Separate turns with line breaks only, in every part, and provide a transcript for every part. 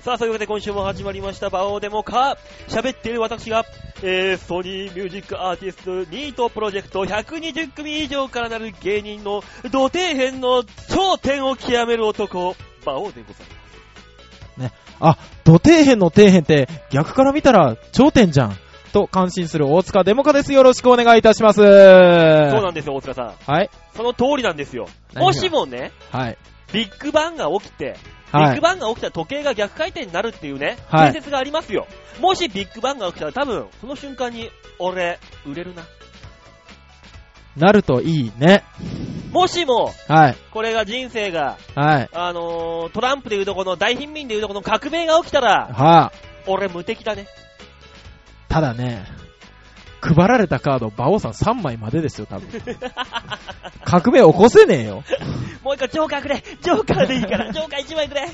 さあ、そういうわけで今週も始まりました、バオーデモか、喋っている私が、えー、ソニーミュージックアーティストニートプロジェクト120組以上からなる芸人の土底辺の頂点を極める男、バオーでございます。
あ、土底辺の底辺って逆から見たら頂点じゃん。と感心する大塚デモカです。よろしくお願いいたします。そう
そう
な
なんですよ、大塚さん。
はい。
その通りなんですよ。
何が
もしもね、
はい。
ビッグバンが起きて、ビ
は
ッ
い
グ。バンが起きたら時計が逆回転になるっていうね、
はい
伝説がありますよ。もしビッグバンが起きたら多分、その瞬間に、俺、売れるな。
なるといいね。
もしも、
はい。
これが人生が、
はい。
あのー、トランプでいうとこの、大貧民でいうとこの革命が起きたら、
はあ。
俺無敵だね。
ただね、配られたカード、馬王さん3枚までですよ、多分。革命起こせねえよ。
もう一回ジョーカーくれジョーカーでいい から、ジョーカー一枚くれ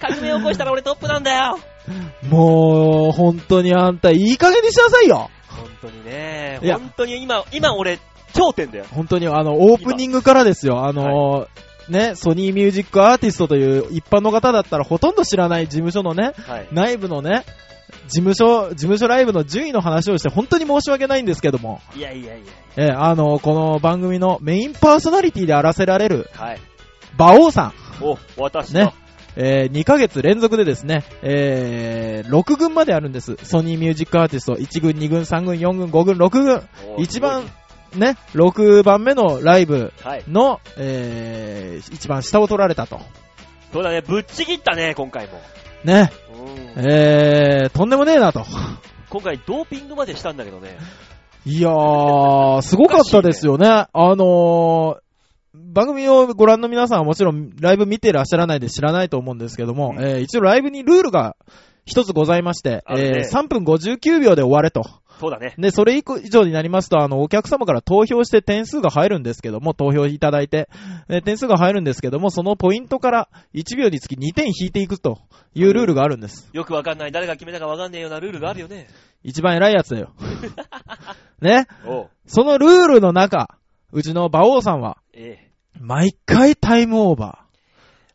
革命起こしたら俺トップなんだよ
もう、本当にあんた、いい加減にしなさいよ。
本当にね、
いや
本当に今、今俺、頂点だよ。
本当に、あの、オープニングからですよ。あのね、ソニーミュージックアーティストという一般の方だったらほとんど知らない事務所のね、
はい。
内部のね、事務所、事務所ライブの順位の話をして本当に申し訳ないんですけども、
いやいやいや。
えーあの、この番組のメインパーソナリティで荒らせられる
はい。
馬王さん、
お、私の。
ね、え2ヶ月連続でですね、え6軍まであるんです。ソニーミュージックアーティスト、1軍、2軍、3軍、4軍、5軍、6軍、
お
一番、ね、6番目のライブ
はい。
の、えー一番下を取られたと。
そうだね、ぶっちぎったね、今回も。
ね、
うん。
えー、とんでもねえなと。
今回ドーピングまでしたんだけどね。
いやー、すごかったですよね。あのー、番組をご覧の皆さんはもちろんライブ見てらっしゃらないで知らないと思うんですけども、
うん
えー一応ライブにルールが一つございまして、
あるね
えー3分59秒で終われと。
そうだね。
で、それ以降以上になりますと、あの、お客様から投票して点数が入るんですけども、投票いただいて、えー点数が入るんですけども、そのポイントから1秒につき2点引いていくというルールがあるんです。
よくわかんない、誰が決めたかわかんないようなルールがあるよね。
一番偉いやつだよ。ね。
おう
そのルールの中、うちの馬王さんは、
ええ。
毎回タイムオーバ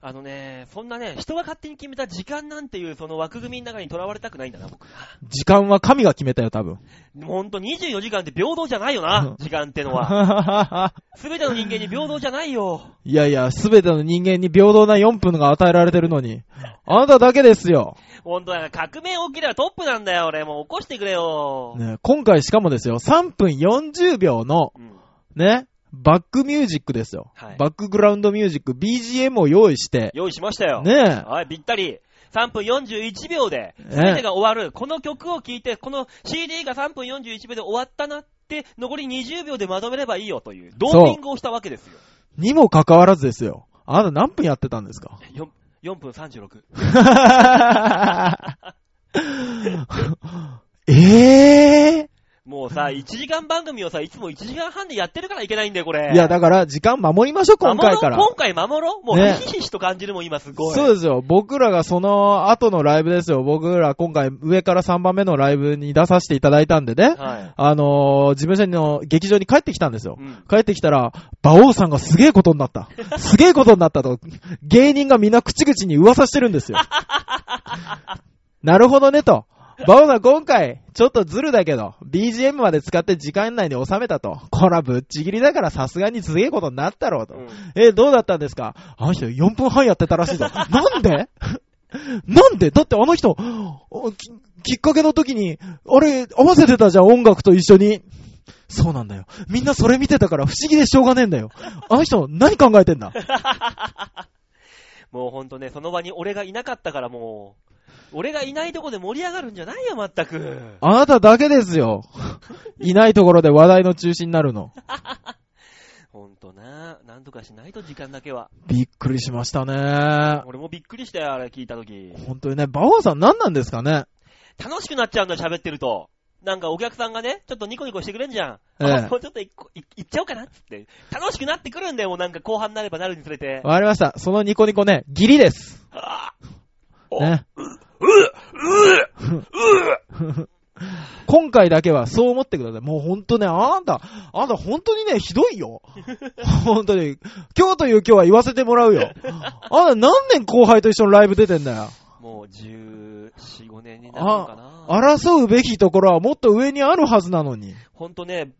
あのね、そんなね、人が勝手に決めた時間なんていう、その枠組みの中にとらわれたくないんだな、僕。
ー。時間は神が決めたよ、多分。
ほんと24時間って平等じゃないよな、時間ってのは。すべての人間に平等じゃないよ。
いやいや、すべての人間に平等な4分が与えられてるのに、あなただけですよ。
ほんとだから革命起きればトップなんだよ、俺。もう起こしてくれよ。
ね、今回しかもですよ、3分40秒の、
うん。
ね、バックミュージックですよ。
はい
バックグラウンドミュージック、BGM を用意して、
用意しましたよ。
ね
はい、ぴったり。3分41秒で、
え
全てが終わる。この曲を聴いて、この CD が3分41秒で終わったなって、残り20秒でまとめればいいよという、ドーピングをしたわけですよ。
にもかかわらずですよ。あなた何分やってたんです か
4, 4分36。
ええ
もうさ、1時間番組をさ、いつも1時間半でやってるからいけないんだよ、これ。
いや、だから時間守りましょう、今回から。
守ろう今回守ろうもう、
ね
ひしひしと感じるもん、今すごい。
そうですよ。僕らがその後のライブですよ。僕ら今回上から3番目のライブに出させていただいたんでね。
はい。
あのー、事務所の劇場に帰ってきたんですよ
う。ん。
帰ってきたら、馬王さんがすげえことになった。すげえことになったと、芸人がみんな口々に噂してるんですよ。 なるほどねと。馬王さん今回、ちょっとずるだけど、BGM まで使って時間内に収めたと。こらぶっちぎりだからさすがにすげえことになったろうと。
うん
え、どうだったんですかあの人4分半やってたらしいぞ。 なんでなんでだってあの人、おききっかけの時に、あれ、合わせてたじゃん、音楽と一緒に。そうなんだよ。みんなそれ見てたから不思議でしょうがねえんだよ。あの人、何考えてんだ
もうほんとね、その場に俺がいなかったからもう、俺がいないとこで盛り上がるんじゃないよ、まったく。
あなただけですよ。いないところで話題の中心になるの。
ほんとな、なんとかしないと、時間だけは。
びっくりしましたね。
俺もびっくりしたよ、あれ聞いたとき。
本当にね、馬王さん何なんですかね
楽しくなっちゃうんだよ、喋ってると。なんかお客さんがね、ちょっとニコニコしてくれんじゃん。
ええ
あもうちょっといいいっちゃおうかなっつって。楽しくなってくるんだよ、もうなんか後半になればなるにつれて。
わかりました。そのニコニコね、ギリです。
あお
ね。
ううう
今回だけはそう思ってください。もうほんとね、あんた、あんたほんとにね、ひどいよ。ほんとに。今日という今日は言わせてもらうよ。あんた何年後輩と一緒のライブ出てんだよ。
もう14、5年になるのかな。
争うべきところはもっと上にあるはずなのに。
ほんとね、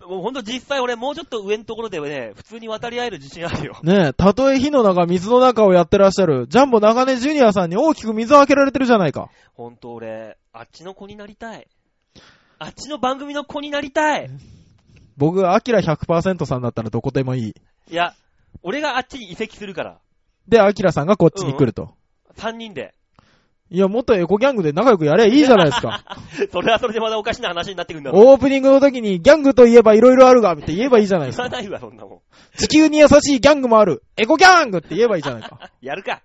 もうほんと実際俺もうちょっと上のところでね、普通に渡り合える自信あるよ。
ねえ、たとえ火の中、水の中をやってらっしゃる、ジャンボ長根ジュニアさんに大きく水を開けられてるじゃないか。
ほんと俺、あっちの子になりたい。あっちの番組の子になりたい。
僕、アキラ100%さんだったらどこでもいい。
いや、俺があっちに移籍するから。
で、アキラさんがこっちに来ると。
3人で。
いや、もっとエコギャングで仲良くやればいいじゃないで すか。
それはそれでまだおかしな話になってくるんだろ。
オープニングの時に、ギャングといえば色々あるが、って言えばいいじゃないで
言
すか
わ。ないわ、 そんなもん。
地球に優しいギャングもある。エコギャングって言えばいいじゃない か。
やるか。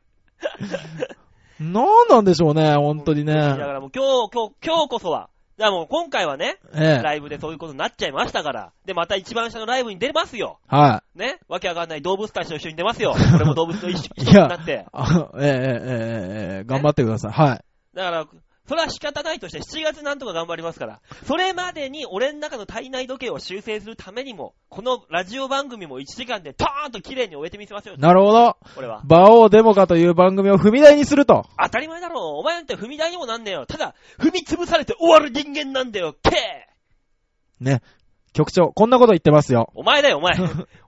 なんなんでしょうね、本当にね。
だからもう今日、今日、今日こそは。だからもう今回はね、
ええ。
ライブでそういうことになっちゃいましたから。で、また一番下のライブに出ますよ。
は
ね。わけわかんない動物たちと一緒に出ます よ。俺も動物と一緒
い
一
や
緒になって
い。。 あええええええ頑張ってください。はい。
だから、それは仕方ないとして、7月なんとか頑張りますから。それまでに俺の中の体内時計を修正するためにも、このラジオ番組も1時間でトーンと綺麗に終えてみせますよ。
なるほど。
俺は。
馬王デモカという番組を踏み台にすると。
当たり前だろ。お前なんて踏み台にもなんねえよ。ただ、踏み潰されて終わる人間なんだよ。けー
ね。局長、こんなこと言ってますよ。
お前だ よ、お前。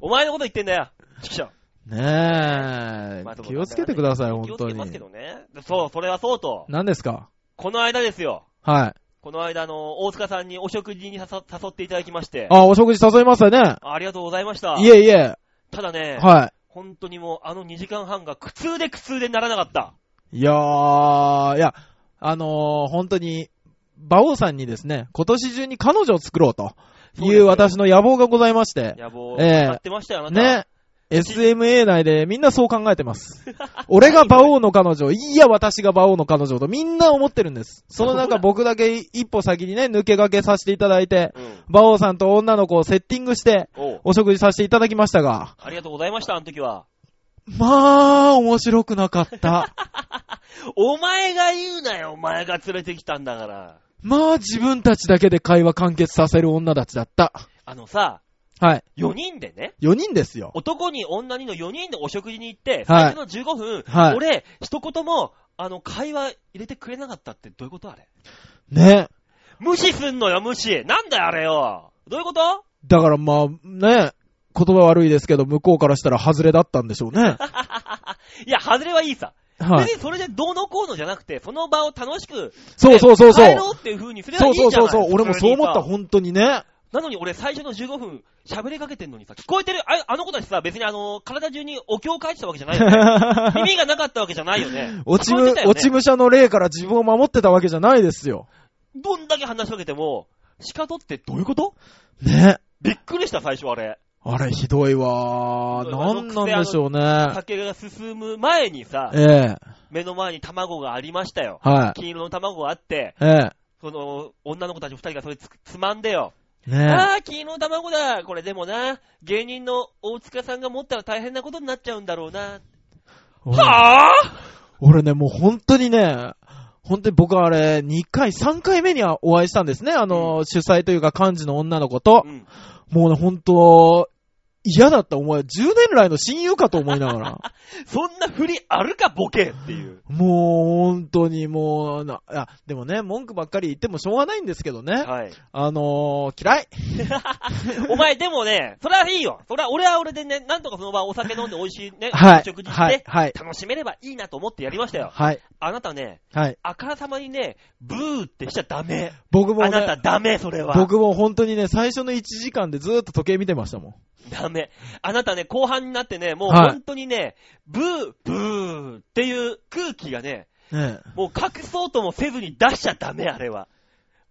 お前のこと言ってんだよ。畜生。
ねえ
まあで。も
気をつけてください、本
気をつ
当
けますけ
に。
どね。そう、それはそうと。
何ですか
この間ですよ。
はい。
この間、あの、大塚さんにお食事に誘誘っていただきまして。
あ、お食事誘いましたね。
ありがとうございました。
いえいえ。
ただね、
は
本当にもう、あの2時間半が苦痛で苦痛でならなかった。
い。いやー、いや、あのー、本当に、馬王さんにですね、今年中に彼女を作ろうと
そう
い
です
う
よ
私の野望がございまして。
野望を
ええ
語ってましたよ、あなた。
ね。SMA 内でみんなそう考えて ます。俺が馬王の彼女、いや私が馬王の彼女とみんな思ってるんです。その 中僕だけ一歩先にね、抜け駆けさせていただいて、
うん。
馬王さんと女の子をセッティングして、
おう
お食事させていただきましたが、
ありがとうございました、あの時は。
まあ、面白くなかった。
お前が言うなよ、お前が連れてきたんだから。
まあ、自分たちだけで会話完結させる女たちだった。
あのさ、
はい。
4人でね、
4人ですよ。
男に女にの4人でお食事に行って、
はい
最初の15分、
はい
俺、一言も、あの、会話入れてくれなかったってどういうことあれ
ね。
無視すんのよ、無視なんだよ、あれよどういうこと
だからまあ、ね、言葉悪いですけど、向こうからしたら外れだったんでしょうね。
いや、外れはいいさ。
はい
別。にそれでどうのこうのじゃなくて、その場を楽しく、
そうそうそうそう
帰。ろうっていう風にすればい
そ
いうじゃ
そ
な
う
い
そうそう。俺もそう思った、
普通にさ
本当にね。。
なのに俺最初の15分喋りかけてんのにさ、聞こえてるああの子たちさ、別にあの、体中にお経を書いてたわけじゃないよね。耳がなかったわけじゃないよね
落ち
聞こえ
む
てた、よね
落ち武者の霊から自分を守ってたわけじゃないですよ。
どんだけ話しかけても、鹿取ってどういうこと
ね。
びっくりした最初あれ。
あれ、ひどいわー。
ひどいわ
なんなんでしょうね。
酒が進む前にさ、
ええ
目の前に卵がありましたよ。
はい。
金色の卵があって、
ええ
その、女の子たち二人がそれつつまんでよ。
ね
ああ、金色の卵だ。これでもな、芸人の大塚さんが持ったら大変なことになっちゃうんだろうな。
俺
はぁ
俺ね、もう本当にね、本当に僕はあれ、2回、3回目にはお会いしたんですね。あの、主催というか幹事の女の子と。
うん。
もうね、本当嫌だった。お前、10年来の親友かと思いながら。
そんな振りあるか、ボケっていう。
もう、本当にもう、な、いや、でもね、文句ばっかり言ってもしょうがないんですけどね。
はい。
あのー、嫌い。
お前、でもね、それはいいよ。それは、俺は俺でね、なんとかその場お酒飲んで美味しいね、
はい。
食事して、
はい。はい。
楽しめればいいなと思ってやりましたよ。
はい。
あなたね、
はい。
あからさまにね、ブーってしちゃダメ。
僕も
あなた
ね、
ダメ、それは。
僕も本当にね、最初の1時間でずーっと時計見てましたもん。
ダメ。あなたね、後半になってね、もう
はい
本当にね、ブー、ブーっていう空気がね、
ね
もう隠そうともせずに出しちゃダメ、あれは。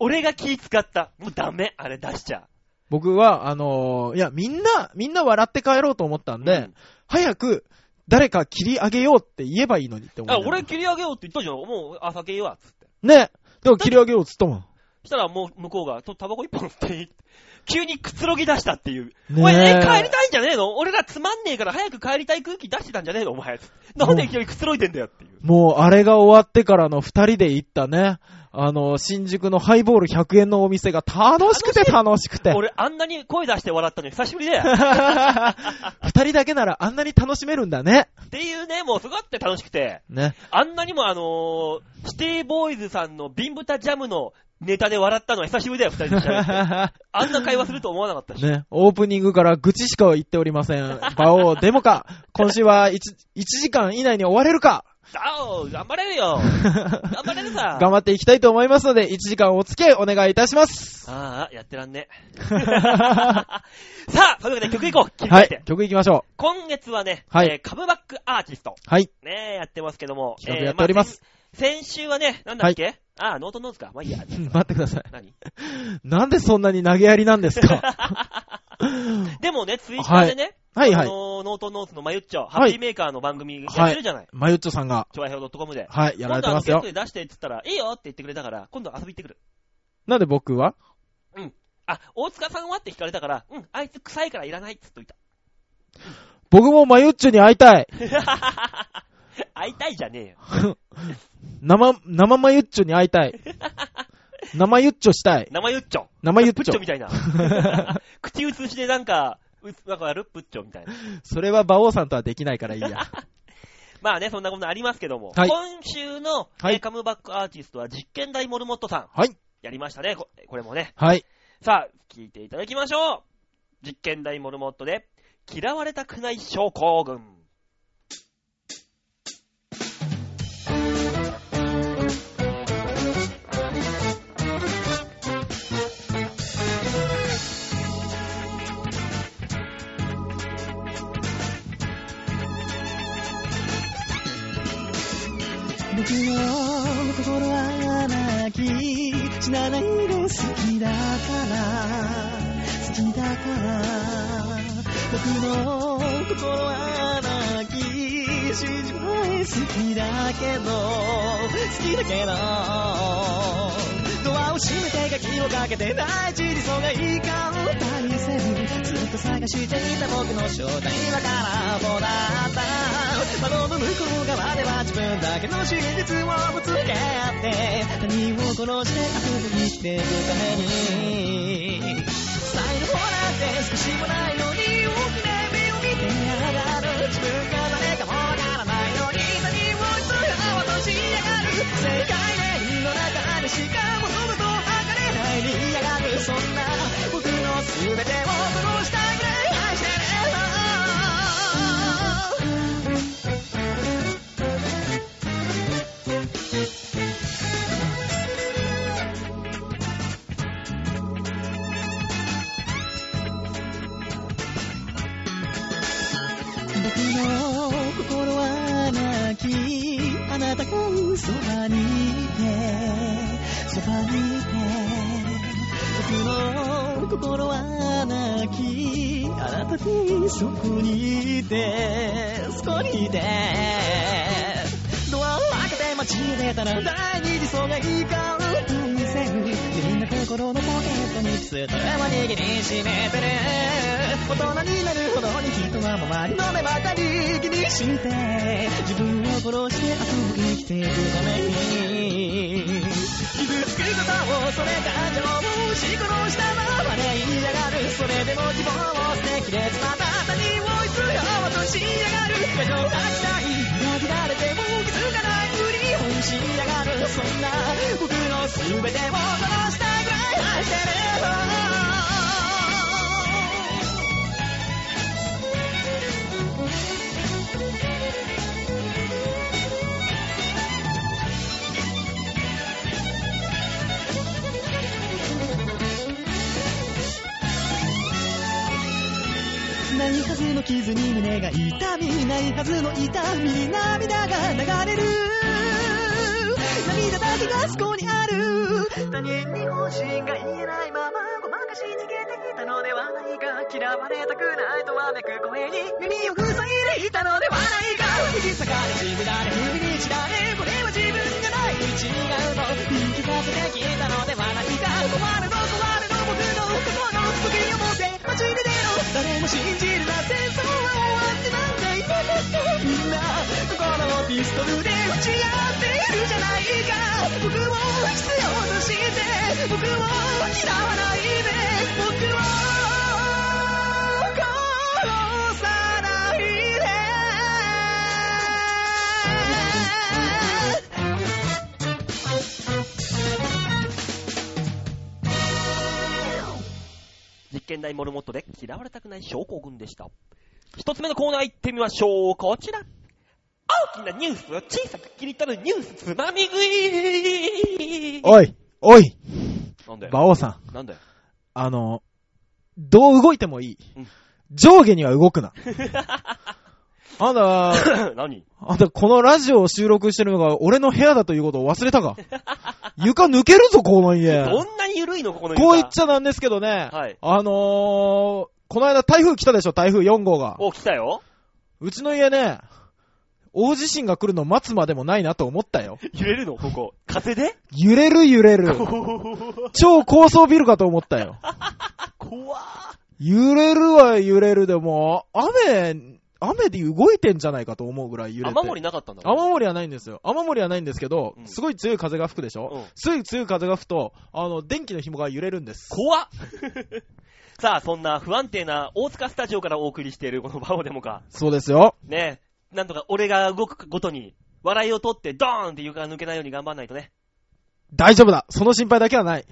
俺が気使った。もうダメ、あれ出しちゃ。
僕は、あのー、いや、みんな、みんな笑って帰ろうと思ったんで、
うん
早く、誰か切り上げようって言えばいいのにって思
あ、
う。
俺切り上げようって言ったじゃん。もう、あ、酒いいわ、つって。
ね。でも切り上げようっつったもん。
したらもう向こうが、とタバコ一本吸っていい急にくつろぎ出したっていう。
ねえ
お前ね、帰りたいんじゃねえの俺らつまんねえから早く帰りたい空気出してたんじゃねえのお前。なんで勢いくつろいでんだよっていう。
もう、あれが終わってからの二人で行ったね、あの、新宿のハイボール100円のお店が楽しくて楽しくて。
俺あんなに声出して笑ったの久しぶりだよ。
二人だけならあんなに楽しめるんだね。
っていうね、もうすごって楽しくて。
ね。
あんなにもあのー、シティボーイズさんのビンブタジャムのネタで笑ったのは久しぶりだよ、二人で喋 って。あんな会話すると思わなかったし。
ね、オープニングから愚痴しか言っておりません。馬王、でもか、今週は 1, 時間以内に終われるか、
あお頑張れる よ頑張れるさ
頑張っていきたいと思いますので、1時間お付き合いお願いいたします。
ああ、やってらんね。
は
さあ、というわけで曲いこう切り替えて、
い、曲いきましょ
今月はね、
はい
えーカムバックアーティスト。
う。はい、
ねえ、やってますけども。
企画やっております。
えーあ先先週はね、なんだっけ、ああ、ノートノーズか。まあいい や。
待ってください。
何
なんでそんなに投げやりなんです か
でもね、ツイッターでね、
はいは
あの
い。
ーノートノーズのマユッチョ、
い
ハッピーメーカーの番組やってるじゃない。
まゆっちょさんが、
超愛評 .com で。
はい、や
今
ら
度
れて
あの
ます
ゲス
よ
ト。で出してって言ったら、いいよって言ってくれたから、今度遊び行ってくる。
なんで僕は
あ、大塚さんはって聞かれたから、うん、あいつ臭いからいらないっつっといた。
僕もまゆっちょに会いたい。
会いたいじゃねえよ。
生、生まゆっちょに会いた い。生ゆっちょしたい。
生ユッチョ。
生ゆっ
プッチ
ち
ョ
ょ
み。たいな。 口移しでなんか、うなんかやるプッチョみたいな。
それは馬王さんとはできないからいいや。
まあね、そんなことありますけども。
はい
今週の、
はい
えーカムバックアーティストは実験台モルモットさん。
はい。
やりましたね、ここれもね。
はい。
さあ、聞いていただきましょう。実験台モルモットで、嫌われたくない症候群。
僕の心は泣き死なないで好きだから好きだから僕の心は泣き死じまい好きだけど好きだけどドアを閉めて鍵をかけて大事にそがいいかを旅せずずっと探していた僕の正体は空っぽだった窓の向こう側では自分だけの真実をぶつけ合って他人を殺して遊びに生きていくために才能なんて少しもないのに大きな夢を見てやがる自分が誰かもわからないのに他人を一人泡としやがる世界面の中にしか物事を測れないにやがるそんな僕の全てを殺したくらい愛してる僕の心は泣きあなたがそばにいてそばにいて僕の心は泣きあなたにそこにいてそこにいてドアを開けて街に出たら第二次層がいいかうと見せるみんな心のポケットにそれは握りしめてる大人になるほどに人は周りの目ばかり気にして自分を殺して遊びに生きていくために傷つくことを恐れ感情を押し殺したままで言いやがるそれでも希望を捨てきれずまた他人を必要としやがる過剰な期待裏切られても気づかないふりをしやがるそんな僕の全てを殺したくらい愛してるないはずの傷に胸が痛みないはずの痛みに涙が流れる涙だけがそこにある他人に本心が言えないままごまかし逃げてきたのではないか嫌われたくないとわめく声に耳を塞いでいたのではないか右下がり自分だれ踏みにじられこれは自分がない違うの人気がわせて消えたのではないか困るの困るの僕の心の底に思って待ち入れてよ誰も信じるな戦争は終わってなんていなかったみんな心をピストルで打ち合っているじゃないか僕を必要として僕を嫌わないで僕を殺さないで
実験台モルモットで嫌われたくない症候群でした。一つ目のコーナー行ってみましょう。こちら。大きなニュースを小さく切り取るニュースつまみ食い
おい、おい、
なんだよ
馬王さん、
なんだよ
あの、どう動いてもいい
うん。
上下には動く な。あんた、
何
あんたこのラジオを収録してるのが俺の部屋だということを忘れたか 床抜けるぞ、この家。
どんなに緩いのここの
こう言っ
ゃ
ちゃなんですけどね、
はい
あのー、この間台風来たでしょ、台風4号が。
お、来たよ。
うちの家ね、大地震が来るの待つまでもないなと思ったよ。
揺れるのここ。風 で
揺れる揺れる。
怖
超高層ビルかと思っ たよ。
ー
揺れるは揺れるでも、雨、雨で動いてんじゃないかと思うぐらい揺れて。
雨漏りなかったんだ
雨漏りはないんですよ。雨漏りはないんですけど
う、ん
すごい強い風が吹くでしょ、
うん
すごい強い風が吹くと、あの、電気の紐が揺れるんです。
怖っ さあ、そんな不安定な大塚スタジオからお送りしているこのバオデモか。
そうですよ。
ねえ、なんとか俺が動くごとに、笑いを取ってドーンって床が抜けないように頑張んないとね。
大丈夫だ。その心配だけはない。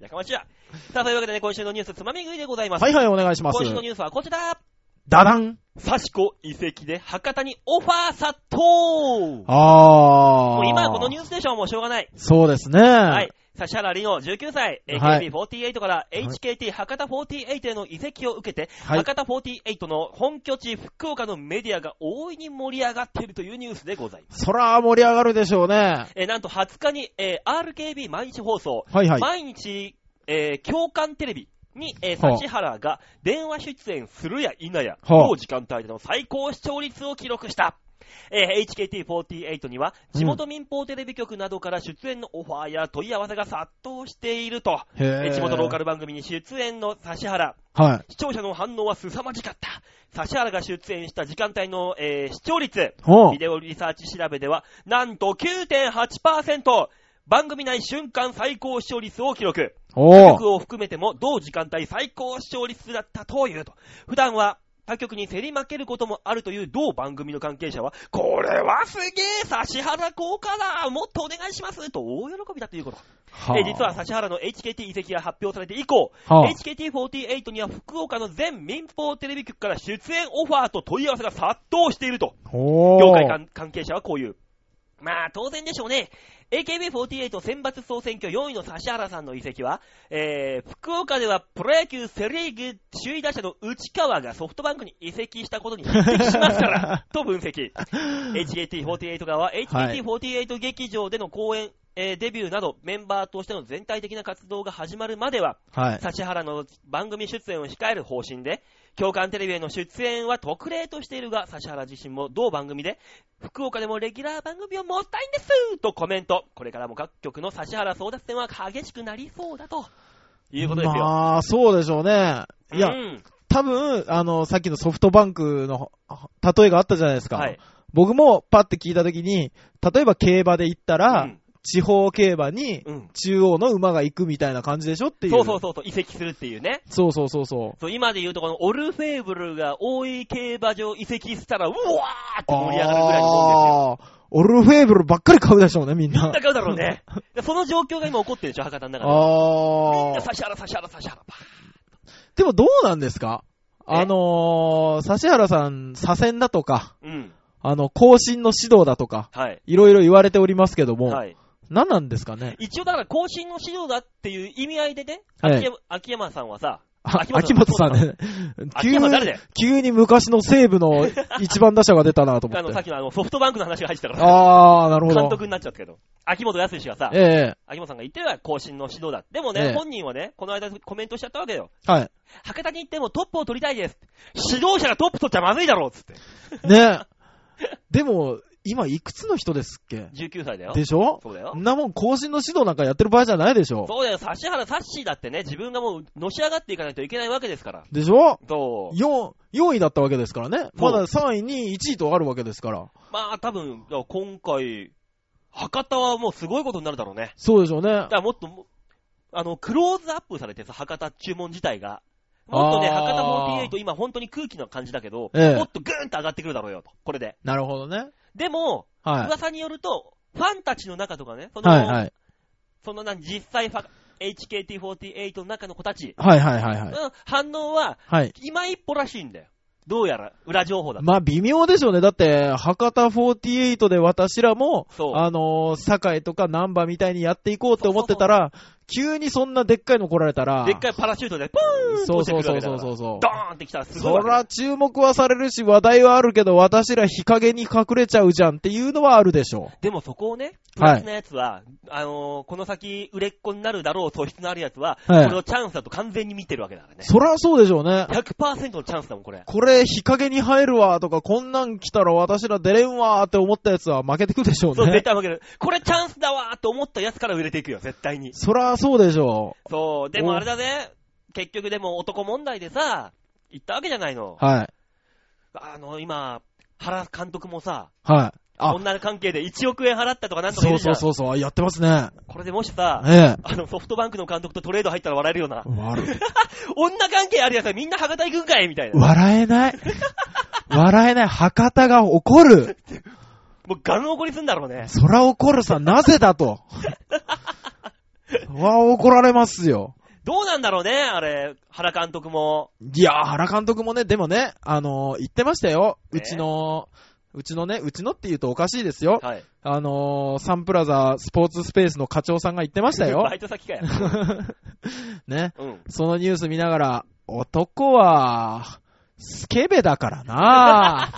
やかましいや。さあ、というわけでね、今週のニュースつまみ食いでございます。
はいはい、お願いします
今。週のニュースはこちら。
ダダン。
サシコ遺跡で博多にオファー殺到
あー。
もう今はこのニュースでしょ、もうしょうがない。
そうですね。
はい。さあ、シャラリの19歳、
はい
AKB48 から
い
HKT 博多48への移籍を受けて、
はい
博多48の本拠地福岡のメディアが大いに盛り上がっているというニュースでございます。
そら盛り上がるでしょうね。
えーなんと20日に、えー RKB 毎日放送、
はいはい。
毎日、えー共感テレビに、えー
はあ
指原が電話出演するや否や、
はあ
同時間帯での最高視聴率を記録した。えー HKT48 には地元民放テレビ局などから出演のオファーや問い合わせが殺到していると、
へ
えー地元ローカル番組に出演の指原、
は
視聴者の反応は凄まじかった。指原が出演した時間帯の、えー視聴率、
い。ほ
ビデオリサーチ調べでは、なんと9.8%、番組内瞬間最高視聴率を記録。
う。おう。
曲を含めても同時間帯最高視聴率だったというと。普段は他局に競り負けることもあるという同番組の関係者は、これはすげえ指原効果だもっとお願いしますと大喜びだということ。
は
え実は指原の HKT 移籍が発表されて以降、
はあ
HKT48 には福岡の全民放テレビ局から出演オファーと問い合わせが殺到していると。
おう。
業界関関係者はこういう。まあ、当然でしょうね。AKB48 選抜総選挙4位の指原さんの移籍は、えー、福岡ではプロ野球セリーグ首位打者の内川がソフトバンクに移籍したことに匹敵しますから、と分析。HKT48 側は HKT48 劇場での公演、えーデビューなどメンバーとしての全体的な活動が始まるまでは、
はい。
指原の番組出演を控える方針で、共感テレビへの出演は特例としているが、指原自身も同番組で、福岡でもレギュラー番組を持ちたいんですとコメント。これからも各局の指原争奪戦は激しくなりそうだと、いうことですよ。
まあ、そうでしょうね。いや
う、ん、
多分、あの、さっきのソフトバンクのあ例えがあったじゃないですか。
はい。
僕もパッて聞いたときに、例えば競馬で行ったら、
うん
地方競馬に
うん。
中央の馬が行くみたいな感じでしょっていう。
そうそうそうそう、移籍するっていうね。
そうそうそうそう。
そう、今で言うとこのオルフェーブルが大井競馬場移籍したら、うわーって盛り上がるぐらいのもんですよ。
あーオルフェーブルばっかり買うでしょうね、みんな。
戦うだろうね。でその状況が今起こってるでしょ、博多の中で。
ああ。
指原、指原、指原。
でもどうなんですか
え
あのー、指原さん、左遷だとか、
うん。
あの、更新の指導だとか、
はい。
いろいろ言われておりますけども、
はい。
何なんですかね
一応だから更新の資料だっていう意味合いでね、
はい
秋山秋山さんはさ、
あ
秋
秋
元
元
さ
さ
ん
ん ね、
秋
急
山誰だよ
に、 急に昔の西武の一番打者が出たなと 思
あの、
っ。
さってきのあ の、ソフトバンクの話が入ってたから、
あー、なるほど。
監督になっちゃったけど、秋元康がさ、
え
秋元さんが言ってるわ、更新の指導だ。でもね、
ええ
本人はね、この間コメントしちゃったわけよ。
えはい。
博多に行ってもトップを 取りたいです。指導者がトップ取っちゃまずいだろうっつって。
ねでも、今いくつの人ですっけ
19歳だよ。
でしょ
そうだよ
ん。なもん更新の指導なんかやってる場合じゃないでしょ
そうだよ、指原サッシーだってね、自分がもう、のし上がっていかないといけないわけですから。
でしょ
そう。
4, 4位だったわけですからね。まだ3位、2位、1位とあるわけですから。
まあ、多分、だから今回、博多はもうすごいことになるだろうね。
そうでしょうね
だか。らもっとも、あの、クローズアップされてさ、博多注文自体が。もっとね、
あー
博多48、今本当に空気の感じだけど、
ええ
もっとグーンと上がってくるだろうよと、これで。
なるほどね。
でも、
は
噂によると、ファンたちの中とかね、そ
い。
の、
はいはい。
そのな、実際ファ、HKT48 の中の子たち、
はいはいはいはい。
うん、反応は、
はい。
今一歩らしいんだよ。どうやら、裏情報だと。
まあ微妙でしょうね。だって、博多48で私らも、
そう。
あのー、堺とか難波みたいにやっていこうって思ってたら、急にそんなでっかいの来られたら、
でっかいパラシュートで、プーンと
そう
落ちて
そう
くる
そ
わけだか
うそ
ら
うそうそう。
ドーンってきたらすごい
そ
わけだよ
ら注目はされるし、話題はあるけど、私ら日陰に隠れちゃうじゃんっていうのはあるでしょ
でもそこをね、プ
はい
ラスなやつは、あのーこの先売れっ子になるだろう素質のあるやつは、
はい
これをチャンスだと完全に見てるわけだから
う。
ね。
そらそうでしょうね。
100%のチャンスだもん、これ。
これ日陰に入るわとか、こんなん来たら私ら出れんわーって思ったやつは負けてくでしょ
そうう、絶
ね。
対負ける。これチャンスだわーと思ったやつから売れていくよ、絶対に。
そらそうでしょ
そう、でもあれだぜ、結局でも男問題でさ、言ったわけじゃないの
う。。はい。
あの、今、原監督もさ、
はい。あ
女関係で1億円払ったとかなんとか
そ
言う
う
じ
そ
ゃん。
うそうそう、やってますね。
これでもしさ、
ええ。
あの、ソフトバンクの監督とトレード入ったら笑えるよな。
悪い
女関係あるやつはみんな博多行くんかいみたいな。
笑えない。笑えない。博多が怒る。
もうガン怒りすんだろうね。
そら怒るさ、なぜだと。わ、怒られますよ。
どうなんだろうね、あれ、原監督も。
いやー、原監督もね、でもね、あのー言ってましたよ。
ね
うちの、うちのね、うちのって言うとおかしいですよ。
はい。
あのーサンプラザスポーツスペースの課長さんが言ってましたよ
バ。イト先かよ。
ね、
うん。
そのニュース見ながら、男は、スケベだか らな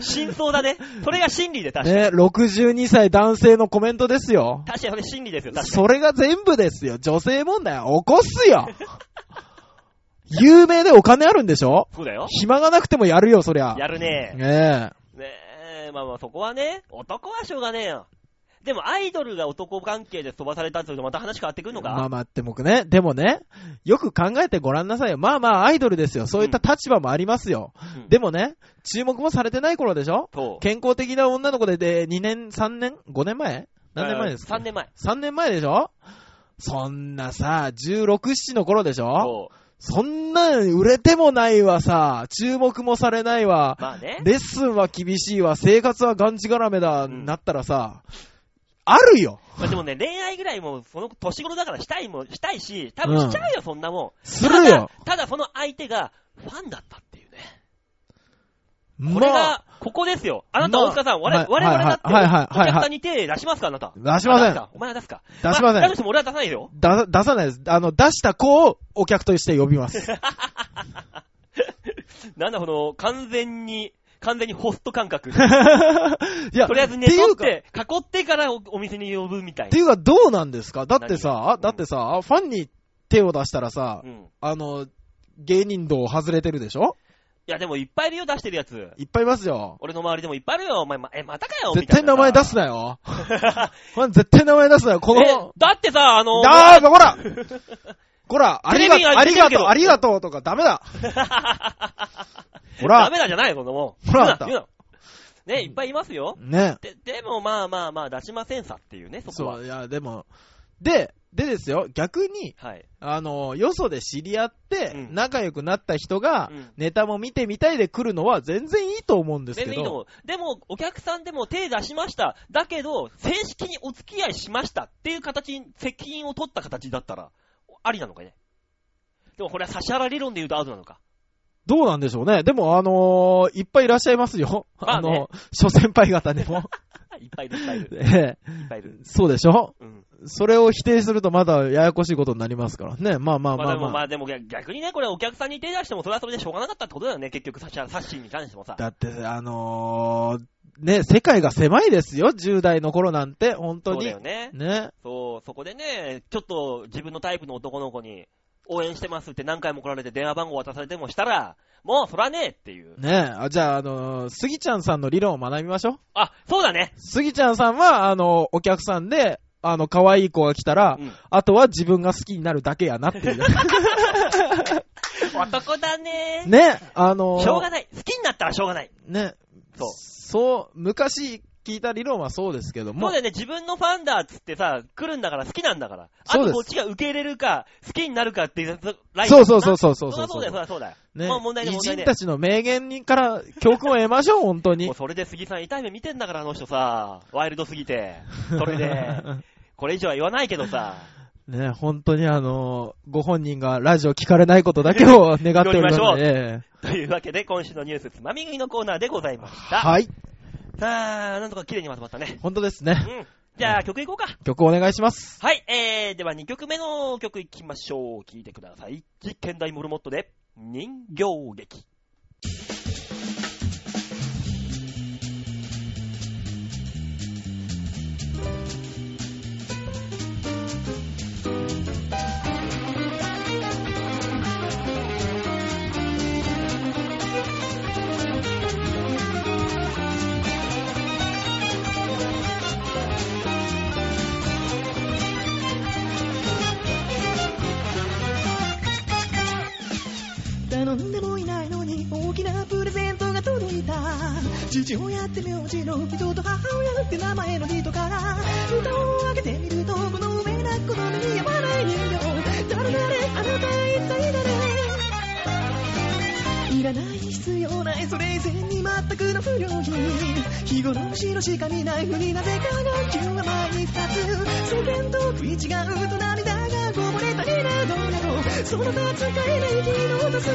真相だね。それが真理で、確かに。
ね、62歳男性のコメントですよ。
確かにそれ真理ですよ、確かに。
それが全部ですよ。女性問題起こすよ。 有名でお金あるんでしょ
そうだよ。
暇がなくてもやるよ、そりゃ。
やるね。
ねえ。
ねえ、まあまあそこはね、男はしょうがねえよ。でもアイドルが男関係で飛ばされたって言うとまた話変わってくるの
まあ
か
まあって僕ね、でもね、よく考えてごらんなさいよ。まあまあアイドルですよ。そういった立場もありますよ。
うん
でもね、注目もされてない頃でしょ
そう。
健康的な女の子でで、2年、3年 ?5 年前何年前ですか
?3 年前。
3年前でしょそんなさ、16、7の頃でしょ
そう。
そんなん売れてもないわさ、注目もされないわ、
まあね。
レッスンは厳しいわ、生活はがんじがらめだ、
うん
なったらさ、あるよ
まあでもね、恋愛ぐらいもうその年頃だからしたいもん、したいし、多分しちゃうよ、そんなもん。
するよ
ただ、ただその相手がファンだったっていうね。これ
まあ
が、ここですよ。あなた、
まあ
大塚さん、我
はい
々我々だって、
はいはい
お
はいはいはい
客さんに手出しますか、あなた。
出しませ
あ出
ん
す。かお前は出すか。
出しませ
あだ
ん
と。しても俺は出さないよ。
出出さないです。あの、出した子をお客として呼びます。
なんだ、この、完全に、完全にホスト感 覚。
いや、
とりあえずね、
ってい
取っ、
うか、って
囲ってからおお店に呼ぶみたい
て
な。
いうかどうなんですかだって
何
さ、だってさ、ファンに手を出したらさ
う、ん。い
あの、芸人道外れてるでしょ
や、でもいっぱいいるよ、出してるやつ。
いっぱいいますよ。
俺の周りでもいっぱいあるよ、お前、ま、え、またかよ、
絶対名前出す
な。
な よ。ファン絶対名前出すなよ。こ
え
の、、
だってさ、あの、
あー、ほらほら、ありが
テ
と
レ、
う
ビ
あ
には
り
出
が
てるけ
とう、
ど
ありがとうとかダ メだ。
ダ
ほら、
メだじゃない、このもん。
ほらあんた
言うな言うなね、いっぱいいますよ。
ね。
で、でもまあまあまあ、出しませんさっていうね、そこは
そ。う、いや、でも、で、でですよ、逆に、
はい。
あの、よそで知り合って
う、ん
仲良くなった人が、
うん
ネタも見てみたいで来るのは全然いいと思うんですけ
全
ど、
然いいと思う。でも、お客さんでも手出しました。だけど、正式にお付き合いしましたっていう形に、責任を取った形だったら、ありなのかね。でもこれは指原理論で言うとアウトなのか。
どうなんでしょうね。でも、あのーいっぱいいらっしゃいますよ。
まあね
の、諸先輩方 でも。
いっぱいい る、いっぱいいる。
ええ
いっぱいいる。
そうでしょ
うん。
それを否定するとまだややこしいことになりますからね。まあま
まあ
あま
で
あま
も、
あ。
まあでも逆にね、これお客さんに手出しても、それはそれでしょうがなかったってことだよね、結局、指原、サッシーに関してもさ。
だって、あのーね、世界が狭いですよ。10代の頃なんて、本当
そう
に。
だよね。
ね。
そう、そこでね、ちょっと自分のタイプの男の子に、応援してますって何回も来られて電話番号渡されてもしたら、もうそらねえっていう。
ねえ、あじゃあ、あのー、スギちゃんさんの理論を学びましょう。
あ、そうだね。
スギちゃんさんは、あのー、お客さんで、あの、可愛い子が来たら、
うん
あとは自分が好きになるだけやなっ ていう。
男だね
ね、あのー
しょうがない。好きになったらしょうがない。
ね、
そう
そう、昔聞いた理論はそうですけど
そ
も
うだ、よね、自分のファンだっつってさ、来るんだから好きなんだから。あ
そうで
と
す
こっちが受け入れるか、好きになるかっていうライン
そうそうそうそうそう
そりゃ
そう
そうだよ、そりゃそうだよ。
ね、
まあ問題ね
偉
問題ね
人たちの名言にから教訓を得 ましょう、本当に
もう。それで杉さん痛い目見てんだから、あの人さ。ワイルドすぎ て。それで、これ以上は言わないけどさ。
ね、本当にあのーご本人がラジオ聞かれないことだけ を願っており
祈りま
ます
しょ
の
う
で、
というわけで、今週のニュースつまみ食いのコーナーでございました。
はい、
さあ、なんとか綺麗にまとまったね。
本当で
う
すね。
ん。じゃあ曲いこうか。
曲お願いします。
はい、えー、では2曲目の曲いきましょう。聴いてください。実験台モルモットで人形劇。
頼んでもいないのに大きなプレゼントが届いた父親って名字の人と母親って名前の人から蓋を開けてみるとこの上なくのにやまない人形誰誰あなた一体誰いらない必要ないそれ以前に全くの不良品日頃後ろしか見ないふりなぜか眼球が前に立つ世間と食い違うと涙がこぼれたりなどなどその他使えない気の出す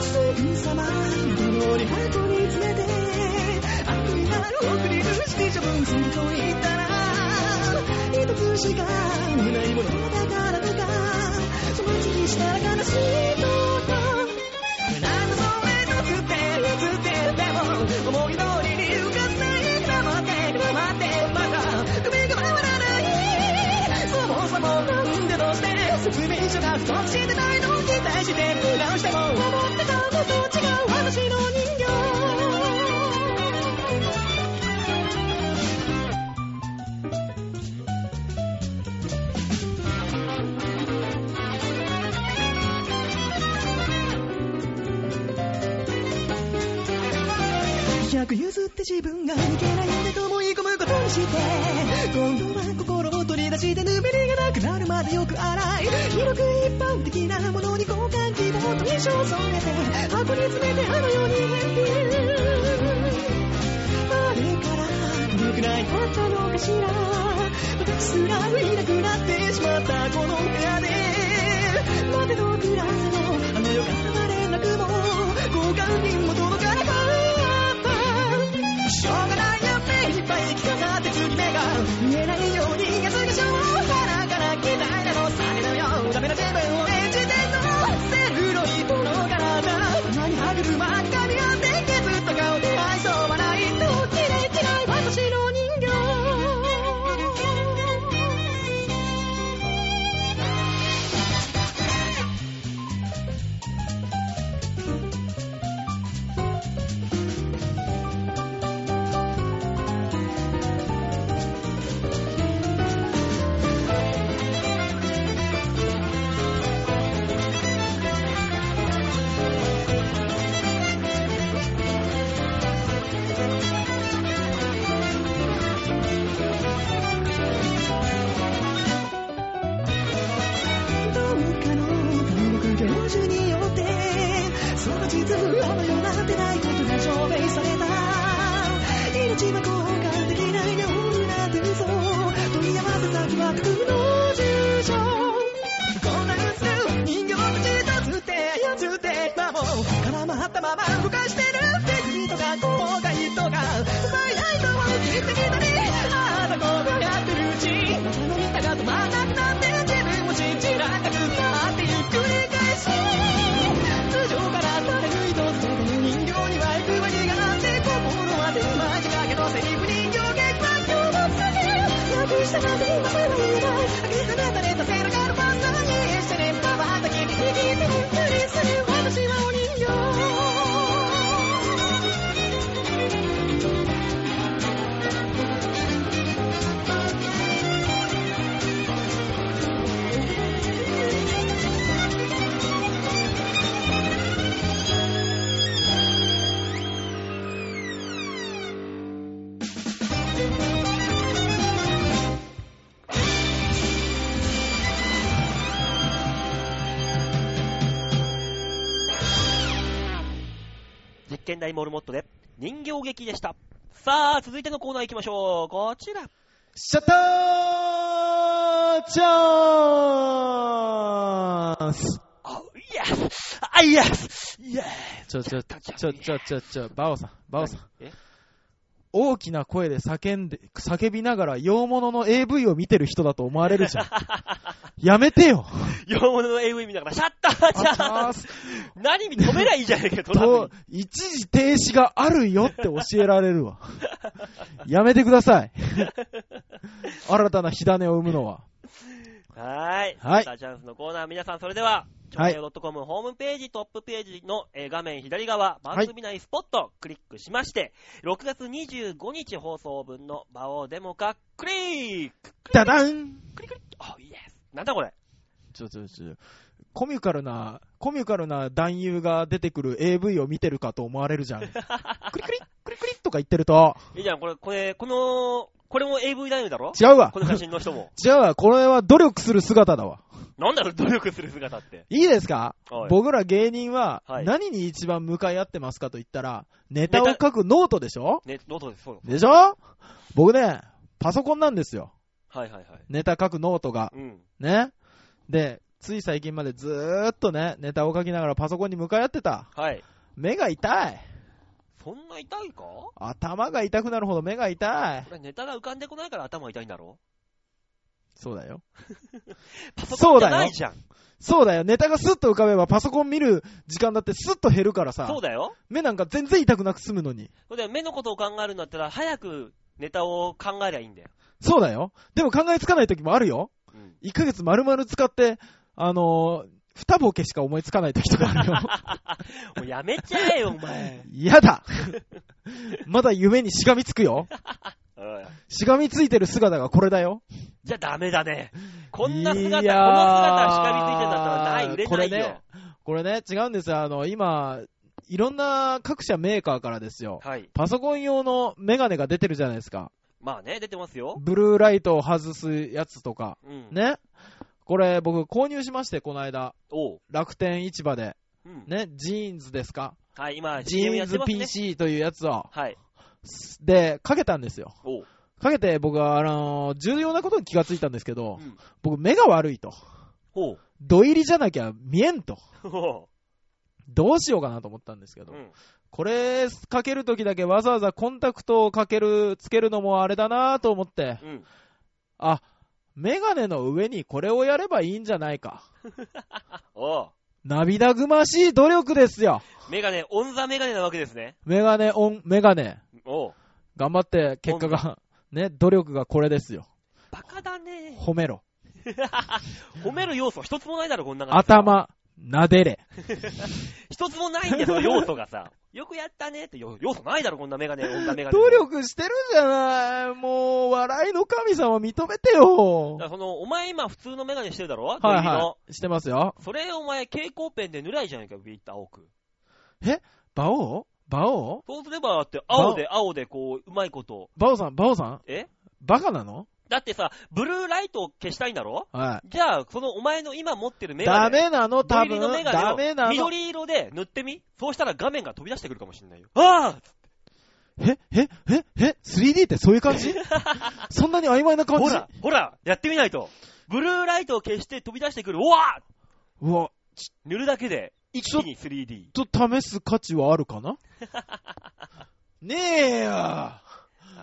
すぐさま料理箱に詰めて悪意ある送り主に処分すると言ったら一つしかないものだからとかそのうちにしたら悲しいことなんだそれとつっていつってでも思い通りに浮かせたいんだ って黙ってまた首が回らないそもそもなんでどうして説明書が少しでないの期待して直しても思ってたのと違う私の人形100譲って自分がいけないんだと思い込むことにして今度は心を取り出してぬめりがなくなるまでよく洗い広く一般的なものに交換希望と印象を添えて箱に詰めてあのように返品あれから良くないだったのかしら私すらいなくなってしまったこの部屋で待てど暮らせのあの世から連絡も交換品も届かなかったしょうがないよ目いっぱい引っかかって次目が見えないようにガスがしょうがなから期待なのされのよダメな自分を演じてとセルロイドの体何に歯車に噛み合って削った顔で愛想笑いとキレキレ私の人形どうかの単独教授によってその実あのような出ないことが証明された命は交換できないようなって嘘問い合わせ先は架空の住所混乱する人形たち一つって操って今も絡まったまま動かしてる手首とか後悔とかスパイライトを切ってきたりああだこうだやってるうちその見たが止まんなくなって自分を信じられなくなってゆっくり返し通常から誰にとってこの人形には行くわけがなって心は手間近だけどセリフ人形劇は今日もつけなくした風にまま言えない開け放たれた背中のパスタに
現代モルモットで人形劇でした。さあ、続いてのコーナー行きましょう。こちら。
シャッターチャーンス
あ、イエスあ、イエスイエス
ちょちょ、ちょちょちょちょ、バオさん、バオさん。
え
大きな声で叫んで、叫びながら洋物の AV を見てる人だと思われるじゃん。 やめて よ。
洋物の AV 見ながら、シャッターチャーンス何見止めりゃいいじゃねえかよ、トラブ
と
ル。、
一時停止があるよって教えられ るわ。やめてくだ さい。新たな火種を生むのは。
はーい。
は
シャ
い
ッターチャンスのコーナー、皆さんそれでは、ちょ
はい
いドッ .com ホームページトップページのえー画面左側、番組内スポット、クリックしまして、6月25日放送分の馬王デモカ、クリック
ダダン
クリックリッあ、イエスなんだこれ
ちょちょちょ、コミカルな、コミカルな男優が出てくる AV を見てるかと思われ るじゃん。クリクリ、クリクリとか言ってると、
いいじゃん、これ、これ、この、これも AV 男優だろ
違うわ
こ。の写真の人 も。
違うわ、これは努力する姿だわ。
なんだろう、努力する姿って。
いいですか
はい
僕ら芸人は
はい
何に一番向かい合ってますかと言ったら、ネタを書くノートでしょ
ね、ノートです、そう。
でしょ僕ね、パソコンなんですよ。
はいはいはい。
ネタ書くノートが。
うん。
ね。で、つい最近までずーっとね、ネタを書きながらパソコンに向かい合ってた。
はい。
目が痛い。
そんな痛いかこ
頭が痛くなるほど目が痛い。
れネタが浮かんでこないから頭痛いんだろ
そうだよ。
パソコンじゃないじゃん。
そうだよ。ネタがスッと浮かべばパソコン見る時間だってスッと減るからさ
そう。だよ。
目なんか全然痛くなく済むのに。
それで目のことを考えるんだったら、早くネタを考えりゃいいんだよ。
そうだよ。でも考えつかない時もあるよ。
うん。
1ヶ月丸々使って、あのー、二ボケしか思いつかない時とかあるよ。
もうやめちゃえよ、お 前。
やだまだ夢にしがみつくよ。
うん
しがみついてる姿がこれだよ。
じゃあダメだね。こんない姿、こ
や
の姿
ー
しか見ついてんだったらない、売れないよ。
これねこれね、違うんですよ。あの、今、いろんな各社メーカーからですよ。
はい。
パソコン用のメガネが出てるじゃないですか。
まあね、出てますよ。
ブルーライトを外すやつとか。
うん。。
ね。これ僕購入しまして、この間。
おう。
楽天市場で。
うん。
ね。ジーンズですか。
はい、今、
ジ
CM
ー
や
ン
って
ズ
ますね。
PC というやつを。
はい。
で、かけたんですよ。
おう。
かけて僕は、あのー重要なことに気がついたんですけど
う、ん。
僕目が悪いと。
おう。
土入りじゃなきゃ見えんと。
おう。
どうしようかなと思ったんですけど。
うん。
これかけるときだけわざわざコンタクトをかける、つけるのもあれだなと思って、
うん。
あ、メガネの上にこれをやればいいんじゃないか。
おう。
涙ぐましい努力ですよ。
メガネ、オンザメガネなわけですね。
メガネオン、メガネ。
おう。
頑張って、結果が、ね、努力がこれですよ。
バカだね。
褒めろ。
褒める要素一つもないだろ、こんな感じ。
頭、撫でれ。
一つもないんだよ、その要素が さ。よくやったねって、よ要素ないだろ、こんなメガネ、こんなメガネ。
努力してるじゃない。もう、笑いの神様認めてよ
だか。らその、お前今普通のメガネしてるだろ
は
はいい
は。
はい
してますよ。
い。それお前蛍光ペンで塗らいじゃないか、ビッと青く。
バオバオ
そうすれば、だって青で青でこう、うまいこと。
バオさん、バオさん
え
バカなの
だってさ、ブルーライトを消したいんだろ
は
じゃあ、そのお前の今持ってる
い。
メ
ダ
ガネ。
メなの多
緑色
分
のメ。
ダ
ガ
メ
ネ
な
を
の。
緑色で塗ってみそうしたら画面が飛び出してくるかもしれないよ。あ
ええええ ?3D ってそういう感 じそんなに曖昧な
あ
感じ
ほらほらやってみないとブルーライトを消して飛び出してくるうわー
うわ、
塗るだけで、一気に 3D。
ちょっと試す価値はあるか なねえよ
あ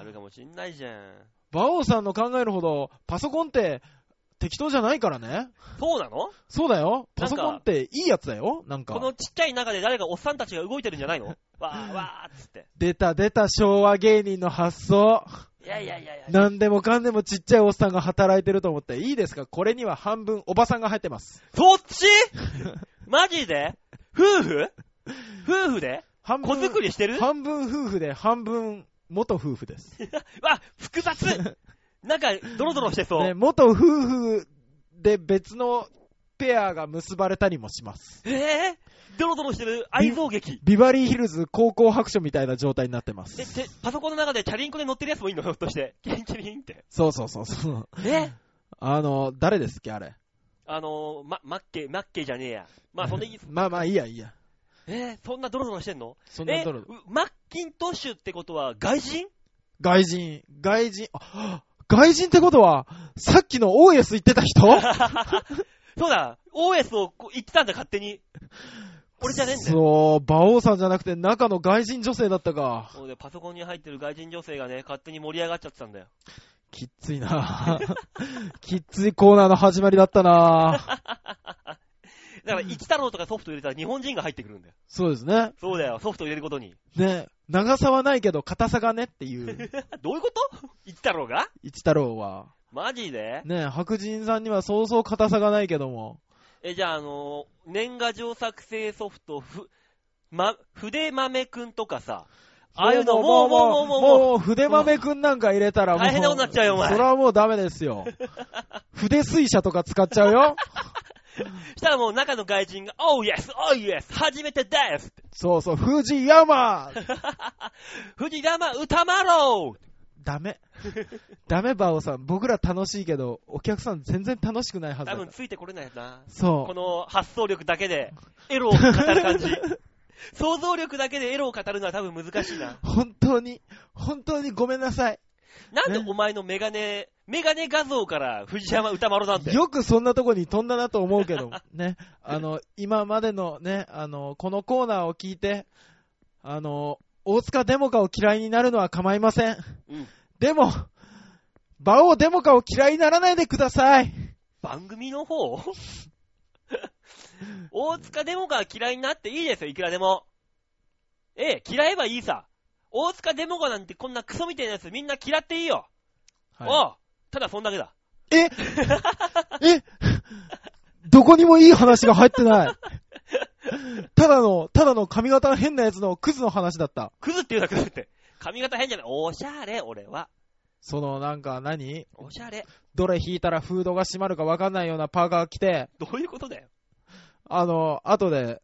るかもしんないじゃん。
バオさんの考えるほど、パソコンって適当じゃないからね。
そうなの
そうだよ。パ
なん
ソ
か
コンっていいやつだよ。なんか。
このちっちゃい中で誰かおっさんたちが動いてるんじゃないのわーわーっつって。
出た出た昭和芸人の発想。
いやいやいやいや。
何でもかんでもちっちゃいおっさんが働いてると思って、いいですかこれには半分おばさんが入ってます。
そっちマジで夫婦夫婦で
半
子
分、
作りしてる
半分夫婦で半分元夫婦です。
わ、複雑なんか、ドロドロしてそう。
ね、元夫婦で別のペアが結ばれたりもします。
えぇ、ドロドロしてる愛憎劇。
ビバリーヒルズ高校白書みたいな状態になってま
で、
す。
てパソコンの中でチャリンコで乗ってるやつもいいのひょっとして。キリンキリンって。
そうそうそうそう。
え
あの、誰ですっけあれ。
あのー、ま、マッケ、マッケじゃねえや。まあ、そんでいいです。
まあまあいいやいいや。
えー、そんなドロドロしてんの
そんなドロドロ
えマッキントッシュってことは外人
外人、外人、あ、外人ってことは、さっきの OS 言ってた人
そうだ、OS をこう言ってたんだ、勝手に。俺じゃねえんだよ。
そう、馬王さんじゃなくて中の外人女性だったか。
そうで、パソコンに入ってる外人女性がね、勝手に盛り上がっちゃってたんだよ。
きっつ いなきっついコーナーの始まりだったな
だから、一太郎とかソフト入れたら日本人が入ってくるんだよ。
そうですね。
そうだよ、ソフト入れることに。
ね、長さはないけど硬さがねっていう、
どういうこと一太郎が
一太郎は。
マジで
ね、白人さんにはそうそう硬さがないけども。
え、じゃあ、あのー年賀状作成ソフト、ふ、ま、筆豆くんとかさ、ああいうの、もうもうもうもうもう、
もう筆豆くんなんか入れたらもう。
大変なことになっちゃうよお前
それはもうダメですよ。筆水車とか使っちゃうよ。
したらもう中の外人が、Oh yes, oh yes, 初めてですって
そうそう、富士山
藤山歌まろう
ダメ。 ダメ、バオさん。僕ら楽しいけど、お客さん全然楽しくないは
多
ずだ
分ついてこれないよな。こ
そ
の発想力だけで、エロを語る感 じ。想像力だけでエロを語るのは多分難しいな。
う。本当に、本当にごめんなさい。
なんで
ね
お前のメガネ、メガネ画像から藤山歌丸なんて。
よくそんなとこに飛んだなと思うけど、 ね。あの、今までのね、あの、このコーナーを聞いて、あの、大塚デモカを嫌いになるのは構いません。
うん
でも、バオデモカを嫌いにならないでください。
番組の方 大塚デモカは嫌いになっていいですよ、いくらでも。ええ、嫌えばいいさ。大塚デモカなんてこんなクソみたいなやつみんな嫌っていいよ。
は
おうただそんだけだ。
いええどこにもいい話が入ってない。ただの、ただの髪型の変なやつのクズの話だった。
クズって言うな、クズって。髪型変じゃない。おしゃれ、俺は。
その、なんか何
おしゃれ。
どれ引いたらフードが閉まるかわかんないようなパーカー着て、
どういうことだよ。
あの、後で、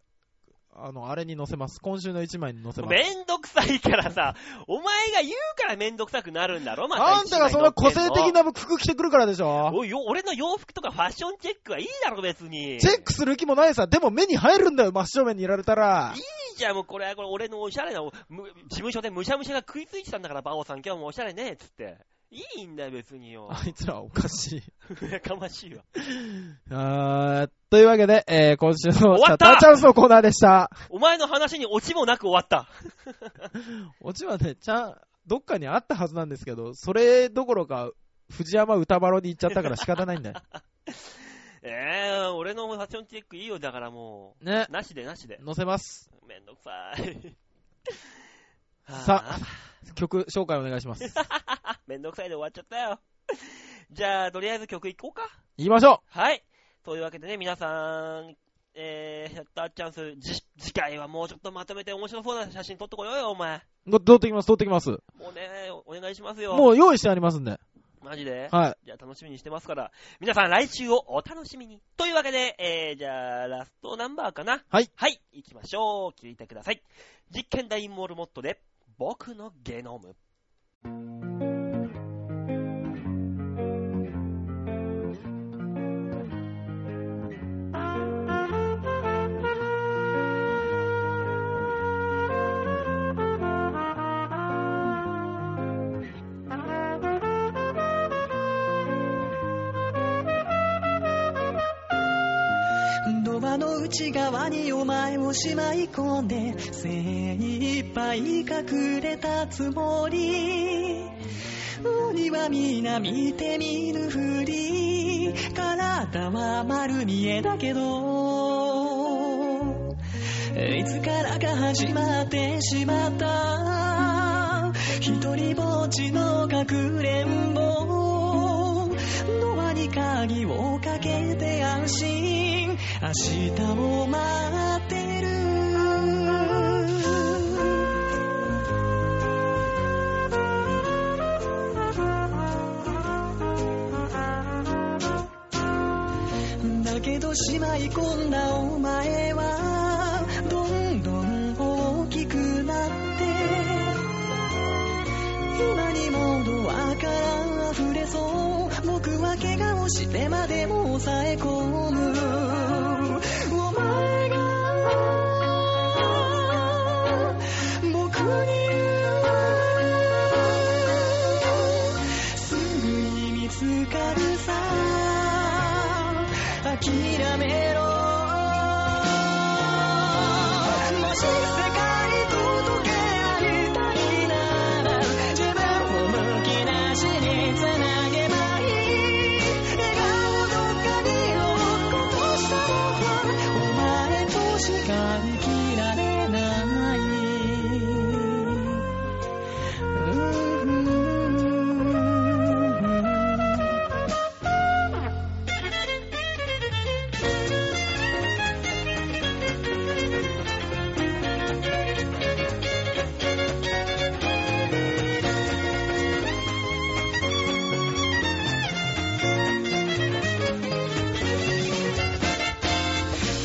あの、あれに載せます。今週の一枚に載せます。
めんどくさいからさ、お前が言うからめんどくさくなるんだろ、また
あんたがその個性的
な。
な服着てくるからでしょ
おいよ、俺の洋服とかファッションチェックはいいだろ、別に。
チェックする気もないさ。でも目に入るんだよ、真正面にいられたら。
いいじゃん、もうこれはこれ俺のおしゃれな、む事務所でむしゃむしゃが食いついてたんだから、バオさん今日もおしゃれね、つって。いいんだよ、別によ。
あいつらおかしい。
やかましいわ。
あーというわけで、えー今週の
終
シ
わ
ャ
っ
ッタ
た
ーチャンスのコーナーでした。
お前の話にオチもなく終わった。
オチはね、ちゃん、どっかにあったはずなんですけど、それどころか、藤山歌バロに行っちゃったから仕方ないんだよ。
ええ俺のファッションチェックいいよ、だからも
ね
う。、なしでなしで。
載せます。
めんどくさい。
さ
あ
曲紹介お願いします。
あ、めんどくさいで終わっちゃったよ。 じゃあ、とりあえず曲いこうか。
言いましょ
はい。というわけでね、皆さん、えー、やったチャンス、じ、次回はもうちょっとまとめて面白そうな写真撮ってこようよ、お前。
うど撮ってきます、撮ってきます。
もうね、お願いしますよ。
もう用意してありますんで。
マジで。
は
じゃあ楽しみにしてますから、皆さん来週をお楽しみに。というわけで、えー、じゃあ、ラストナンバーかな。
はい。
はい、行きましょう。聞いてください。実験台モルモットで、僕のゲノム。
ドアの内側にお前をしまい込んで精一杯隠れたつもり鬼は皆見て見ぬふり体は丸見えだけどいつからか始まってしまった一人ぼっちのかくれんぼドアに鍵をかけて安心明日を待ってるだけどしまい込んだお前はどんどん大きくなって今にもドアから溢れそう僕は怪我をしてまでも抑え込むお前がしか生きられない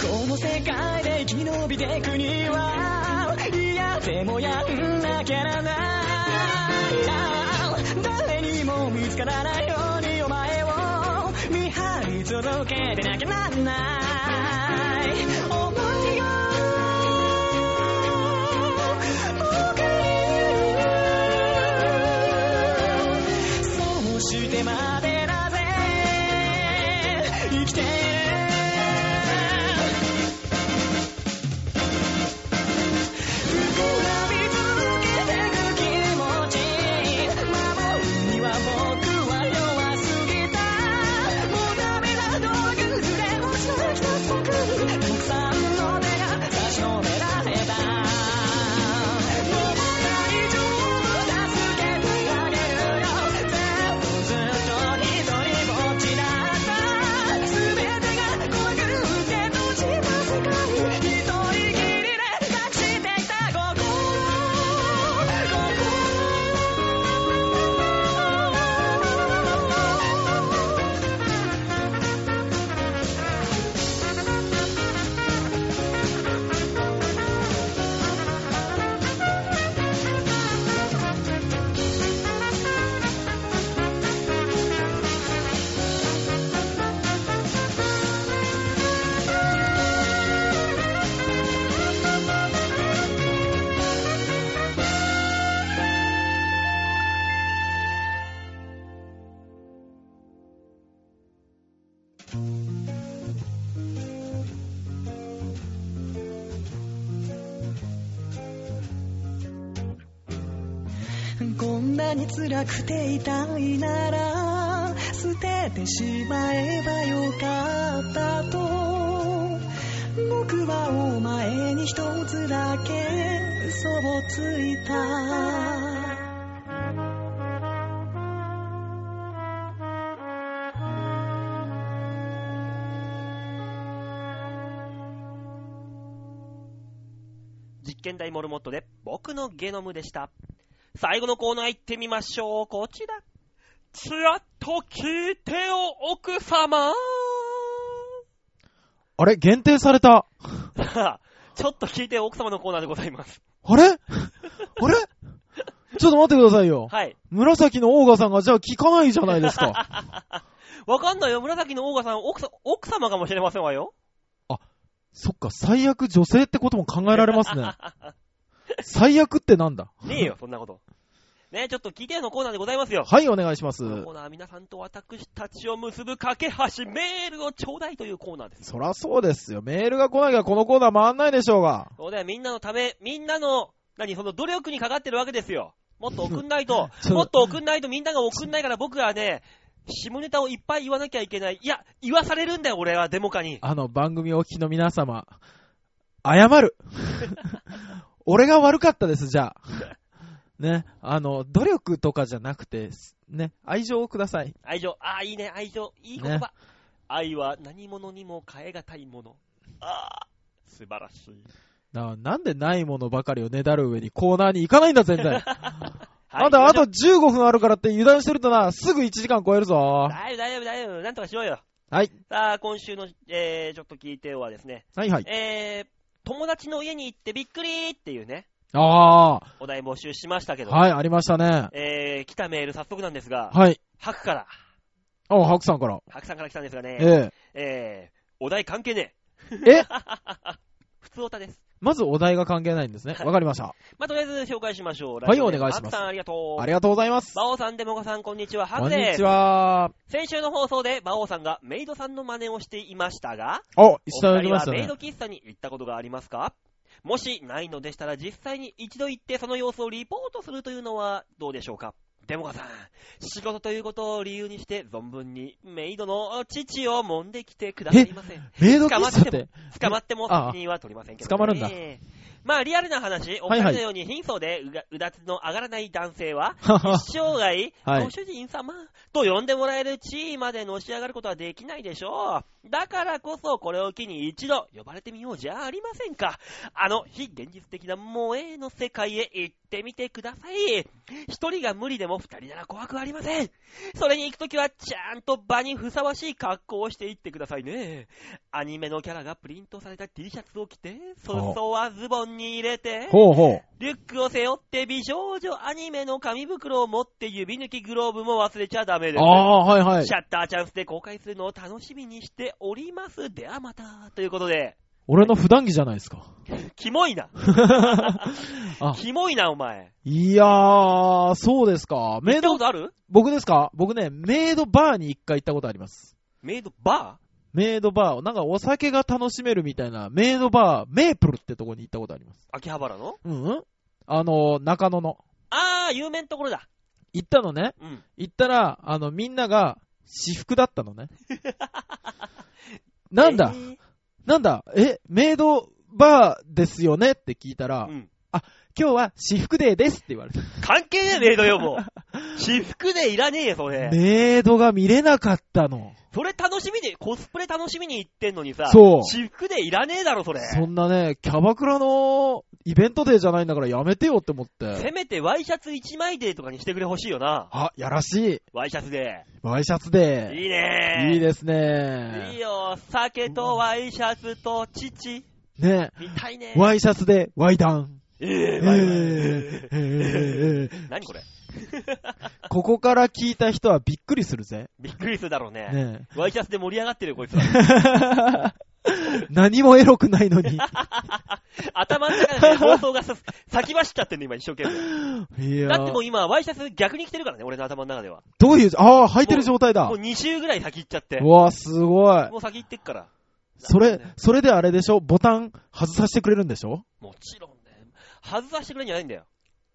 この世界で生き延びてくにはいやでもやんなきゃならないああ誰にも見つからないようにお前を見張り続けてなきゃならないお前が僕にそうしてまでなぜ生きてる膨らみ続けてく気持ち守るには僕は弱すぎたもうダメだと崩れ落ちた一つ僕にたくさんの手が差し伸べられたもう大丈夫助けてあげるよずっとずっと一人ぼっちだった全てが怖くて閉じた世界一人きりで託してきた心心 こんなに辛くて痛いなら捨ててしまえばよかったと僕はお前に一つだけ嘘をついた
実験台モルモットで僕のゲノムでした。最後のコーナー行ってみましょう。こちら。ちらっと聞いてよ、奥様。
あれ限定された。
さあちょっと聞いてよ奥様のコーナーでございます。
あれ あれちょっと待ってくださいよ。
はい。
紫のオーガさんがじゃあ聞かないじゃないですか。
わかんないよ、紫のオーガさん、奥さ奥様かもしれませんわよ。
そっか、最悪女性ってことも考えられますね。最悪ってなんだ
ねえよ、そんなこと。ねえ、ちょっと聞いてよのコーナーでございますよ。
はい、お願いします
こ。のコーナーは皆さんと私たちを結ぶ架け橋メールをちょうだいというコーナーです。
そらそうですよ。メールが来なきゃこのコーナー回んないでしょうが。、
そうだよ、みんなのため、みんなの、何、その努力にかかってるわけですよ。もっと送んないと
そう
もっと送んないとみんなが送んないから僕はね、下ネタをいっぱい言わなきゃいけない。いや、言わされるんだよ、俺は、デモカに。
あの、番組お聞きの皆様、謝る。 俺が悪かったです、じ ゃあ。ね、あの、努力とかじゃなくて、ね、愛情をください。
愛情、ああ、いいね、愛情、いい言葉。
ね
愛は何者にも変えがたいもの。ああ、素晴らしい。
ななんでないものばかりをねだる上にコーナーに行かないんだ、全 然。
はい
まだあ、
行
と
き
15分あるからって油断してるとな、すぐ1時間超えるぞ
ま。しょう大丈夫、大丈夫、大丈夫、なんとかしろよ。
はい。
さあ、今週の、えー、ちょっと聞いてはですね、
はいはい。
えー、友達の家に行ってびっくりっていうね、
あ
お題募集しましたけ
あ、
ど、
はい、ありましたね。
えー、来たメール早速なんですが、
はい。
ハクから、
あ、ハクさんから。
ハクさんから来たんですがね、
え
えー、お題関係ね
え。え、
え。 普通おたです。
まずお題が関係ないんですね。わかりました。
まあ、とりあえず紹介しましょう。
はい
ラジオネーム
お願いします
ハクさんありがとう。
ありがとうございます。
バオさん、デモカさん、こんにちは。ハ
こ
ク
ん
で
にち
す。
は。
先週の放送で、バオさんがメイドさんの真似をしていましたが、
あ、い
お
ただ
二
き
人
ま
は
した
メイ
ね
ド。喫茶に行ったことがありますかもしないのでしたら実際に一度行ってその様子をリポートするというのはどうでしょうかデモカさん、仕事ということを理由にして、存分にメイドの父を揉んできてくださいません。
メイド
捕ま
喫
っ
茶ってて
も、、捕まっても
ああ
責任は取りませんけど、ね。
捕まるんだ。
まあ、リアルな話、お
は
二
い
人
はい
のように貧相でうがうだつの上がらない男性は、
はは
一生涯、
はい
ご主人様と呼んでもらえる地位までのし上がることはできないでしょう。だからこそ、これを機に一度呼ばれてみようじゃありませんか。あの非現実的な萌えの世界へ行ってみてください。一人が無理でも二人なら怖くありません。それに行くときは、ちゃんと場にふさわしい格好をしていってくださいね。アニメのキャラがプリントされた T シャツを着て、そそはズボンに入れ て、
ほうほ
リュックを背負って美少女アニメの紙袋を持って指抜きグローブも忘れちゃダメで
う。
す。
ああー、はいはい
シ。ャッターチャンスで公開するのを楽しみにしております。ではまた。ということで、
俺の普段着じゃないですか。
キモ いな。
あ
キモいな、お前。
いやー、そうですか。メ
行
イ
った
ド
こ、とある
僕ですか僕ね、メイドバーに一回行ったことあります。
メイドバ
メイドバーを、なんかお酒が楽しめるみたいな、メイドバー、メープルってとこに行ったことあります。
ー秋葉原の
うん、うん、あの、中野の。
あー、有名なところだ。
行ったのね。
うん。
行ったら、あの、みんなが、私服だったの ね。なんだ
え、ー
なんだ、え、メイドバーですよねって聞いたら、
うん。
今日は私服デーですって言われた。
関係ねえ、メイドよ、 もう。私服でいらねえよ、それ。
メイドが見れなかったの。
それ楽しみで、コスプレ楽しみに行ってんのにさ、
そう
私服でいらねえだろ、それ。
そんなね、キャバクラのイベントデーじゃないんだからやめてよって思っ
せ
て。
めてワイシャツ1枚でとかにしてくれほしいよな。
あ、やらしい。
ワイシャツで。
ワイシャツで。
いいね
い
ね。
いです
いい
ね。
よ。酒とワイシャツと父。
ね。
見たいね。
ワイシャツでワイダン。
ええ
え
ワイワイ
ーえーえー
何これ
ここから聞いた人はびっくりするぜ。
びっくりするだろうね。
ね
ワイシャツで盛り上がってるよ、こいつら。
え何もエロくない のに。
頭の中でね放送がさ先走っちゃってんね、今一生懸命。
いや
だってもう今、ワイシャツ逆に着てるからね、俺の頭の中では。
どういう、ああ、履いてる状態だ
もう。2週ぐらい先行っちゃって
う。わ、すごい。
もう先行ってっから。
それ
ね、
それであれでしょボタン外させてくれるんでしょ
もちろんね。外させてくれんじゃないんだよ。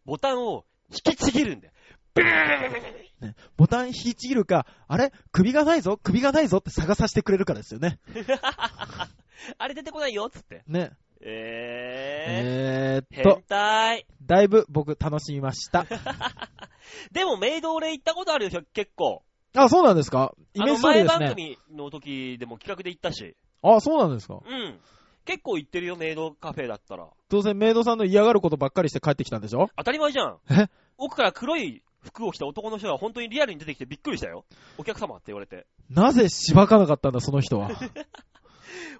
ボタンを引きちぎるんだよ。ブー
ねボタン引きちぎるか、あれ首がないぞ首がないぞって探させてくれるからですよね。
あれ出てこないよ、つって。
ね。
え
え
ー。
ーっと
変、態。
だいぶ僕楽しみ ました。
でも、メイド俺行ったことあるでしょ、結構。
あ、そうなんですかイメージ通りで
あの、
す
前番
ね。
組の時でも企画で行ったし。
あ、そうなんですか
うん。結構行ってるよ、メイドカフェだったら。
当然メイドさんの嫌がることばっかりして帰ってきたんでしょ
当たり前じゃん。
え
奥から黒い服を着た男の人が本当にリアルに出てきてびっくりしたよ。お客様って言われて。
なぜしばかなかったんだ、そ の人は。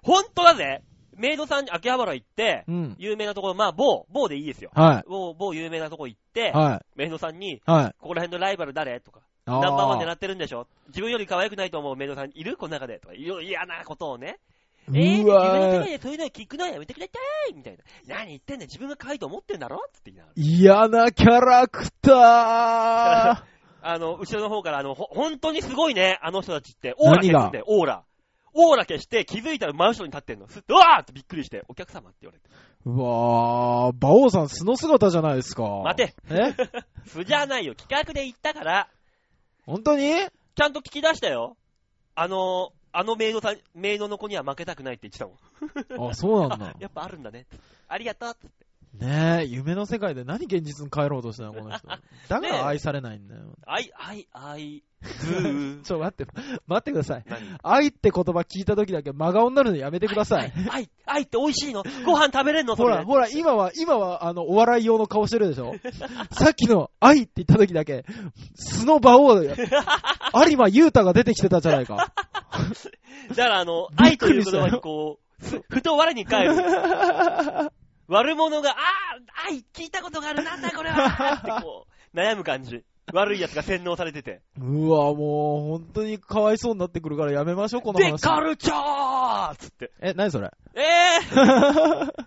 本当だぜメイドさんに秋葉原行って、
うん。
有名なところ、まあ、某、某でいいですよ。
は
某、某有名なとこ行っ
い。
て、
は
メイドさんに、
い。はい。
ここら辺のライバル誰とか、
あ
ナンバーワン狙
ー
ってるんでしょ自分より可愛くないと思うメイドさんいるこの中でとか、いろ嫌なことをね。えー、自
うわ
分の世
ー
界でそういうの聞くのはやめてくれたいみたいな。何言ってんだよ自分が可愛いと思ってんだろつって言いなが
嫌なキャラク ター。
ら。あの、後ろの方から、あの、ほ、本当にすごいね、あの人たちって。オーラ消すんだよ、オーラ。オーラ消して気づいたら真後ろに立ってんの。すっと、うわーってびっくりして、お客様って言われて。
うわー、馬王さん素の姿じゃないですか。
待て
え
素じゃないよ、企画で言ったから、
本当に
ちゃんと聞き出したよ。あの、あのメイドさん、メイドの子には負けたくないって言ってたもん。
あ、そうなんだ
あ。やっぱあるんだね。ありがとう。
ねえ、夢の世界で何現実に帰ろうとしたの、この人。だか
ねえ
ら愛されないんだよ。
あい、あい、あ い、ずー。
ちょ、待って、待ってください。
何
愛って言葉聞いた時だけ真顔になるのやめてください。
あい、あいって美味しいのご飯食べれんのそ
ほ
れ。
ら、ほら、今は、今は、あの、お笑い用の顔してるでしょさっきの、愛って言った時だけ、素の馬王だよ。有馬優太が出てきてたじゃないか。
だからあの、
び
愛
っ
と
く
いう
りし
言
たよ
葉にこう、ふふと我に返 る。悪者が、あー、愛聞いたことがある、なんだこれはってこう、悩む感じ。悪い奴が洗脳されてて。
うわ、もう、本当にかわいそうになってくるからやめましょう、この
で、
話。
カルチャーつって。
え、何それ
えぇ、ー、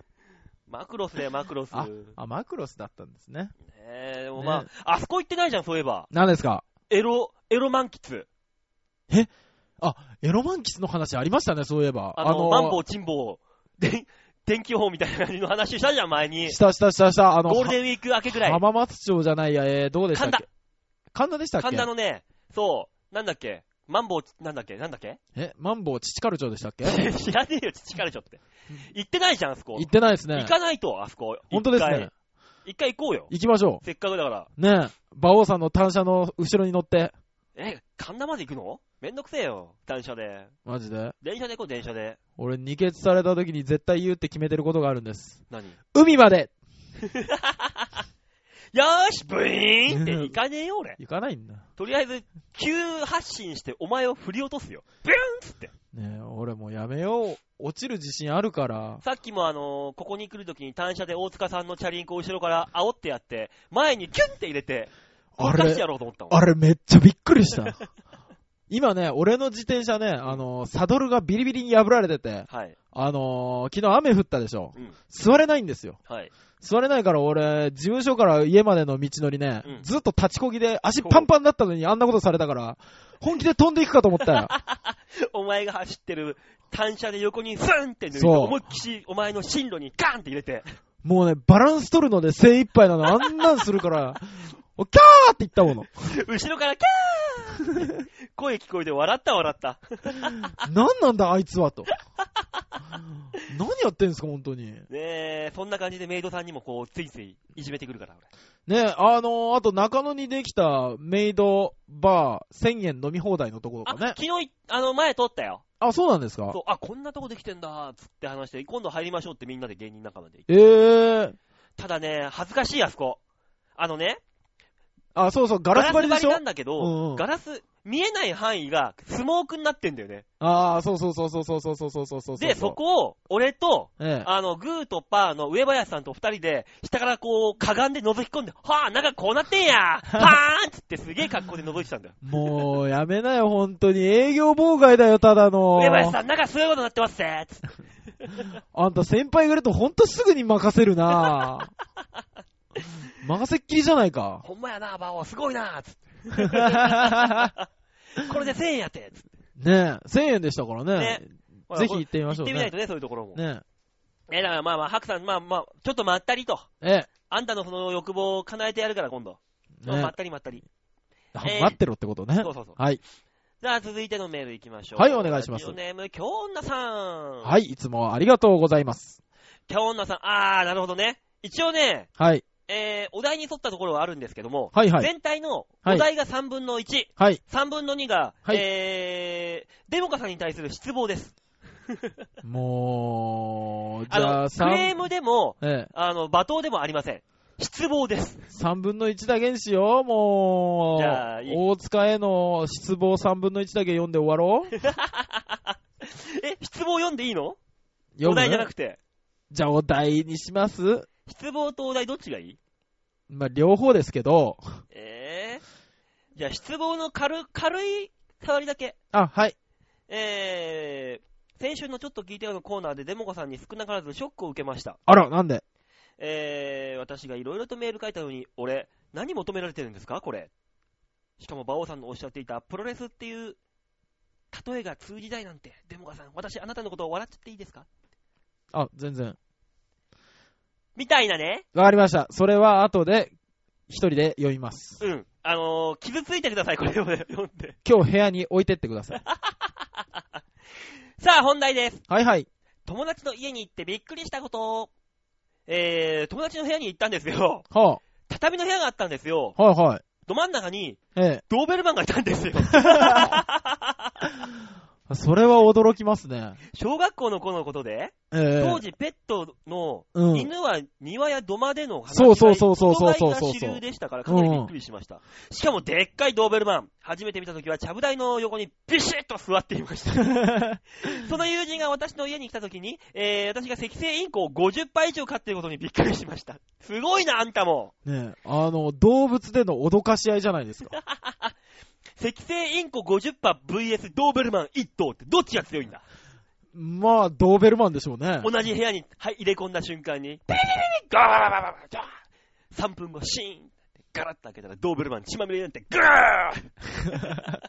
マクロスだよ、マクロス。
あ、あ、マクロスだったんですね。
えー、でもまあ、
ね
あそこ行ってないじゃん、そういえば。
何ですか
エロ、エロ満喫。
エロマンキスの話ありましたね、そういえば。
あの、マンボウ、チンボウ、で、天気予報みたいな感じの話したじゃん、前に。
したしたしたした、あの、
ゴールデンウィーク明けぐらい。
浜松町じゃないや、えーどうでし
噛
た
ん
っ
だ
け。神田でしたっけ
神田のね、そう、なんだっけ、マンボウ、なんだっけ、なんだっけ
え、マンボウ父カルチョでしたっけ
知らねえよ、父からちょっと。行ってないじゃん、あそこ。
行ってないですね
行。かないと、あそこ。
本当です
一
ね
回。。一回行こうよ。
行きましょ
せっかくだから。
う。ねえ、馬王さんの単車の後ろに乗って。
え、神田まで行くのめんどくせえよ。電車で。
マジで
電車で行こう、電車で。
俺、二欠された時に絶対言うって決めてることがあるんです。
何よ
海まで
ーし、ブイーンって行かねえよ、俺。
行かないんだ。
とりあえず、急発進してお前を振り落とすよ。ビューンっつって。
ねえ、俺もうやめよう。落ちる自信あるから。
さっきもあのーここに来るときに単車で大塚さんのチャリンコを後ろから煽ってやって、前にキュンって入れて、
あ
動かして
れ
や、ろうと思ったもん。
あれめっちゃびっくりした。 今ね、俺の自転車ね、あのーサドルがビリビリに破られてて、
はい。
あのー昨日雨降ったでしょ。
うん。
座れないんですよ。
はい。
座れないから俺、事務所から家までの道のりね、
うん
ずっと立ちこぎで足パンパンだったのにあんなことされたから、本気で飛んでいくかと思ったよ。
お前が走ってる単車で横にスンって抜いて、
そう
思いっきしお前の進路にガンって入れて、
もうね、バランス取るので精一杯なの、あんなんするから、 おキャーって言ったもの。
後ろからキャーって声聞こえて笑った笑った。
なんなんだあいつはと。何やってんすか、本当に。
ねえ、そんな感じでメイドさんにもこう、ついついいじめてくるから、俺。
ね、あのーあと中野にできたメイドバー1000円飲み放題のところ
あ
とかね。
昨日い、あの、前撮ったよ。
あそうなんですか
そう、あ、こんなとこできてんだ、つって話して、今度入りましょうってみんなで芸人仲間で行って
えー。
ただね、恥ずかしい、あそこ。あのね、
あ、そうそう、ガラス張りでし
ガラス張
ょ
なんだけど、
うんうん
ガラス、見えない範囲がスモークになってんだよね。
ああ、そうそうそうそうそうそうそうそうそうそう。
で、そ。こを、俺と、
ええ。
あ の、グーとパーの上林さんと二人で、下からこう、かがんで覗き込んで、はぁ、なんかこうなってんやは ぁーんっつってすげえ格好で覗いてたんだよ。
もう、やめなよ、本当に。営業妨害だよ、ただの。
上林さん、なんかすごいことになってますぜつって
あんた先輩がいると本当すぐに任せる な任せっきりじゃないか。
ほんまやな、バオ、すごいなつって。
ねえ、1000
これで1000円やってつって。
円でしたからね。
ねほら
ぜひ行ってみまし
行っ
ょう
て
ね。
みないとね、そういうところも。
ね
え、だからまあまあ、白さん、まあまあ、ちょっとまったりと。
え。え
あんたのその欲望を叶えてやるから、今度。
え。ね
まったりまったり。
あ
えー
待ってろってことね。
そうそうそう。
はい。
じゃあ、続いてのメール行きましょう。
はいお願いします
ラジオネーム、京女さん。
はい、いつもありがとうございます。
京女さん、あー、なるほどね。一応ね、
はい。
えー、お題に沿ったところはあるんですけども、
はいはい。
全体の
はい
お題が3分の1、
はい。
3分の2が、
はい
えー、デモカさんに対する失望です。
もう、じ
あ
ゃ
の、
あ
クレー
3、
ムでも、
ええ、
あの、罵倒でもありません。失望です。
3分の1だけにしよう、もう。
じゃあいい
大塚への失望3分の1だけ読んで終わろう。
え、失望読んでいいの
読む
お題じゃなくて。
じゃあお題にします。
失望とお題どっちがいい
まあ、両方ですけど。
えー、じゃあ、失望の軽、軽い触りだけ。
あ、はい。
えー、先週のちょっと聞いたようなコーナーでデモカさんに少なからずショックを受けました。
あら、なんで
えー、私がいろいろとメール書いたのに、俺、何求められてるんですかこれ。しかも、馬王さんのおっしゃっていた、プロレスっていう、例えが通じないなんて、デモカさん、私あなたのことを笑っちゃっていいですか
あ、全然。
みたいなね。
わかりました。それは後で、一人で読みます。
うん。あのー、傷ついてください、これをね読んで。
今日部屋に置いてってください。
さあ、本題です。
はいはい。
友達の家に行ってびっくりしたこと。えー、友達の部屋に行ったんですよ。
は
畳の部屋があったんですよ。
あ、はいはい。
ど真ん中に、
え
ドーベルマンがいたんです よ。
え。それは驚きますね。
小学校の頃のことで、
ええ。
当時ペットの
うん。
犬は庭や土間での
そうそうそうそうそうそう
放し飼いが主流でしたから、かなりびっくりしました。しかも、でっかいドーベルマン。初めて見たときは、ちゃぶ台の横にビシッと座っていました。 その友人が私の家に来たときに、えー、私が赤星インコを50羽以上飼っていることにびっくりしました。すごいな、あんたも。
ねえ、あの、動物での脅かし合いじゃないですか。
赤星インコ50羽 VS ドーベルマン1頭って、どっちが強いんだ
まあ、ドーベルマンでしょうね。
同じ部屋にはい入れ込んだ瞬間に、ピリピリピリガラバラバラバラガーン !3 分後、シーンガラッと開けたらドーベルマン血まみれになって、ガーン。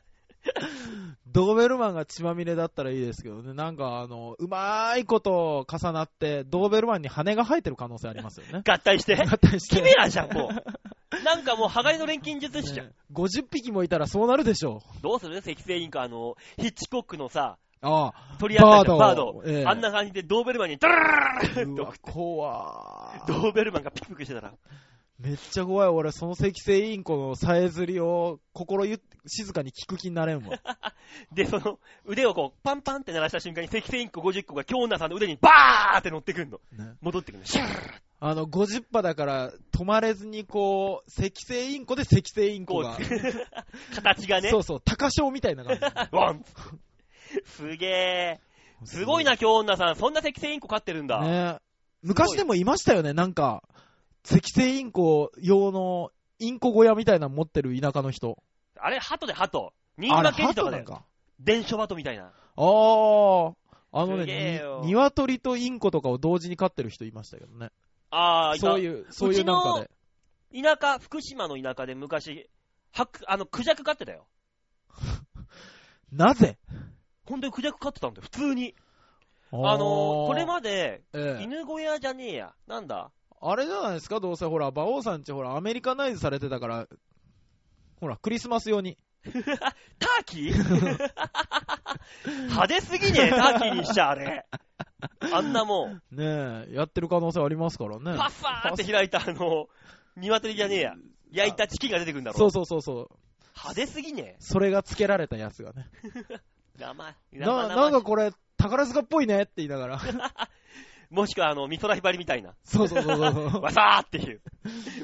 ドーベルマンが血まみれだったらいいですけどね。なんか、あの、うまーいこと重なって、ドーベルマンに羽が生えてる可能性ありますよね
合体して
合体して
キメラじゃん、もう。なんかもう、はがりの錬金術師じゃん。
50匹もいたらそうなるでしょう。
どうする赤星インコ、あの、ヒッチコックのさ、
ああ。
取り合ったじゃんバ
バ
ー
ー
ド
ド。ええ
あんな感じでドーベルマンに、ダラララララって
うわ、怖ー
ドーベルマンがピクピクしてたら、
めっちゃ怖い。俺、その赤星インコのさえずりを心ゆ、静かに聞く気になれんわ。
で、その、腕をこう、パンパンって鳴らした瞬間に、赤星インコ50個が京奈さんの腕にバーって乗ってくんの。
ね
戻ってくるの。シャー
あの、50羽だから、止まれずにこう、赤星インコで赤星インコ
こ
が。
う、 形がね
そ、うそう、高章みたいな感じ。
ワンすげー。 すごいな、京奈さん。そんな赤星インコ飼ってるんだ。
ね昔でもいましたよね、なんか、赤星インコ用のインコ小屋みたいなの持ってる田舎の人。
あれ、鳩で鳩。新
あれ、
潟刑事と
鳩
かだ
なん
よ。
か。
伝書鳩みたいな。
あー、あの
すげえ
ね
よ、
に鶏とインコとかを同時に飼ってる人いましたけどね。
ああ、
そ
う。
ういう、そういうなんかで。
田舎、福島の田舎で昔、はく、あの、クジャク飼ってたよ。
なぜ
本当にクジャク飼ってたんだよ、普通に。
あ
あのー、
ー
これ、まで、
ええ
犬小屋じゃねえや。なんだ
あれじゃないですか、どうせほら、馬王さんちほら、アメリカナイズされてたから、ほら、クリスマス用に。
ターキー 派手すぎねえ、ターキーにしちゃあれ。あんなもん、
ねえ、やってる可能性ありますからね。
パッファーって開いたあの、鶏じゃねえや。焼いたチキンが出てくるんだろ。
そうそうそうそう。
派手すぎね
それが付けられたやつがね。
え。生、
な
生
なん
々
か
しい
これ、宝塚っぽいねって言いな がら。
もしくはあの、美空ひばりみたいな。
そうそうそう そう。
わさーっていう。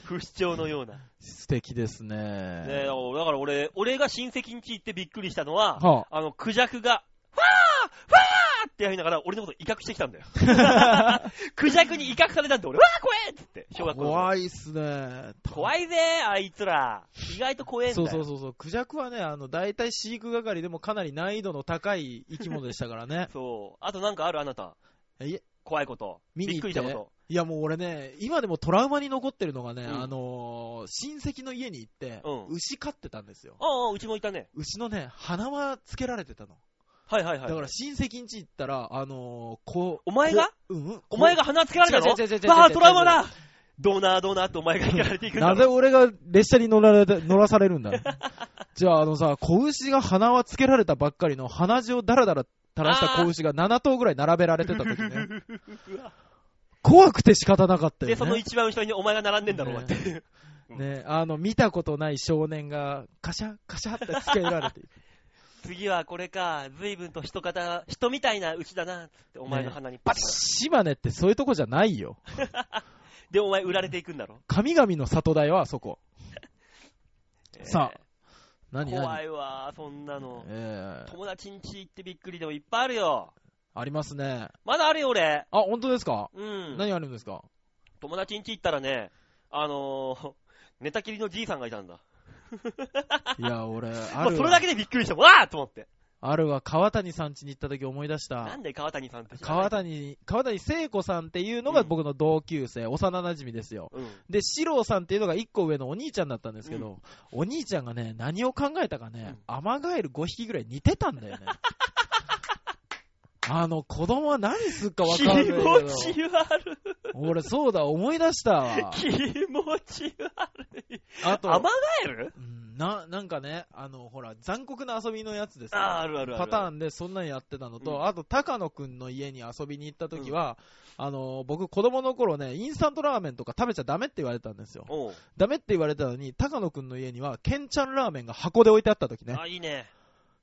不死鳥のような。
素敵ですね。
ねえ、だから俺、俺が親戚ん家行ってびっくりしたのは、
は
あの、クジャクが、ファーファーってやりながら、俺のこと威嚇してきた んだよ。クジャクに威嚇されたんで、俺、わー怖えっつって、小学校の頃
怖いっすね。
怖
い
いぜあいつら。意外と怖えんだ
そ
よ。。
うそうそうそう。クジャクはね、あの、大体飼育係でもかなり難易度の高い生き物でしたからね
そうあとなんかあるあなた。
いえ
怖いこと。
見
びっ
に
く
行っ
りしてたこと。
いやもう俺ね、今でもトラウマに残ってるのがね、
うん
あのー親戚の家に行って、
うん
牛飼ってたんですよ。
ああ、うちもいたね。
牛のね、鼻輪つけられてたの。
はいはいはい。
だから親戚ん家行ったら、あのーこう。
お前が
こううんうん。
お前が鼻つけられたの
違う違う違う違う違う
バートラウマだドーナードーナーってお前がやられていくんだ
なぜ
ろ
俺が列車に乗られて乗らされるんだろ うじゃあ、あのさ、子牛が鼻輪つけられたばっかりの鼻血をダラダラ垂らした子牛が7頭ぐらい並べられてた 時ね。怖くて仕方なかったよね。
で、その一番後ろにお前が並んでんだろ、
ね
だって。
ね、あの、見たことない少年が、カシャカシャってつけら れている。
次はこれか、随分と人型、人みたいなうちだな、つってお前の鼻にパチッ、
島根ってそういうとこじゃないよ。
で、お前売られていくんだろ。
神々の里だよ、あそこ。さあ
えー
何
怖
何
いわ、そんなの。
えー
友達ん家行ってびっくりでもいっぱいあるよ。
ありますね。
まだあるよ、俺。
あ、本当ですか、
うん。
何あるんで すか
友達ん家行ったらね、あのー、 寝たきりのじいさんがいたんだ。
いや、俺、あ
もう
る
それだ
わ
けでびっくりした。わーと思って。
あるわ、川谷さん家に行った時思い出し
な
た。
んで川谷さんって知らない
川。谷、川谷聖子さんっていうのが僕の同級生、幼馴染ですよ。
うん。
で、四郎さんっていうのが一個上のお兄ちゃんだったんですけど、お兄ちゃんがね、何を考えたかね、アマガエル5匹ぐらい似てたん だよね。あの、子供は何すっかわ
気
かんないけど。
持ち悪い。
俺、そうだ、思い出したわ。
気持ち悪い。
あ
アマ
と、
ガエル
うんな、なんかね、あの、ほら、残酷な遊びのやつですよ
あー、あるあるある。
パターンでそんなんやってたのと、
うん
あと高野くんの家に遊びに行った時は、あの僕子供の頃ねインスタントラーメンとか食べちゃダメって言われたんですよ
おう
ダメって言われたのに高野くんの家にはケンちゃんラーメンが箱で置いてあった時ね
あ、いいね。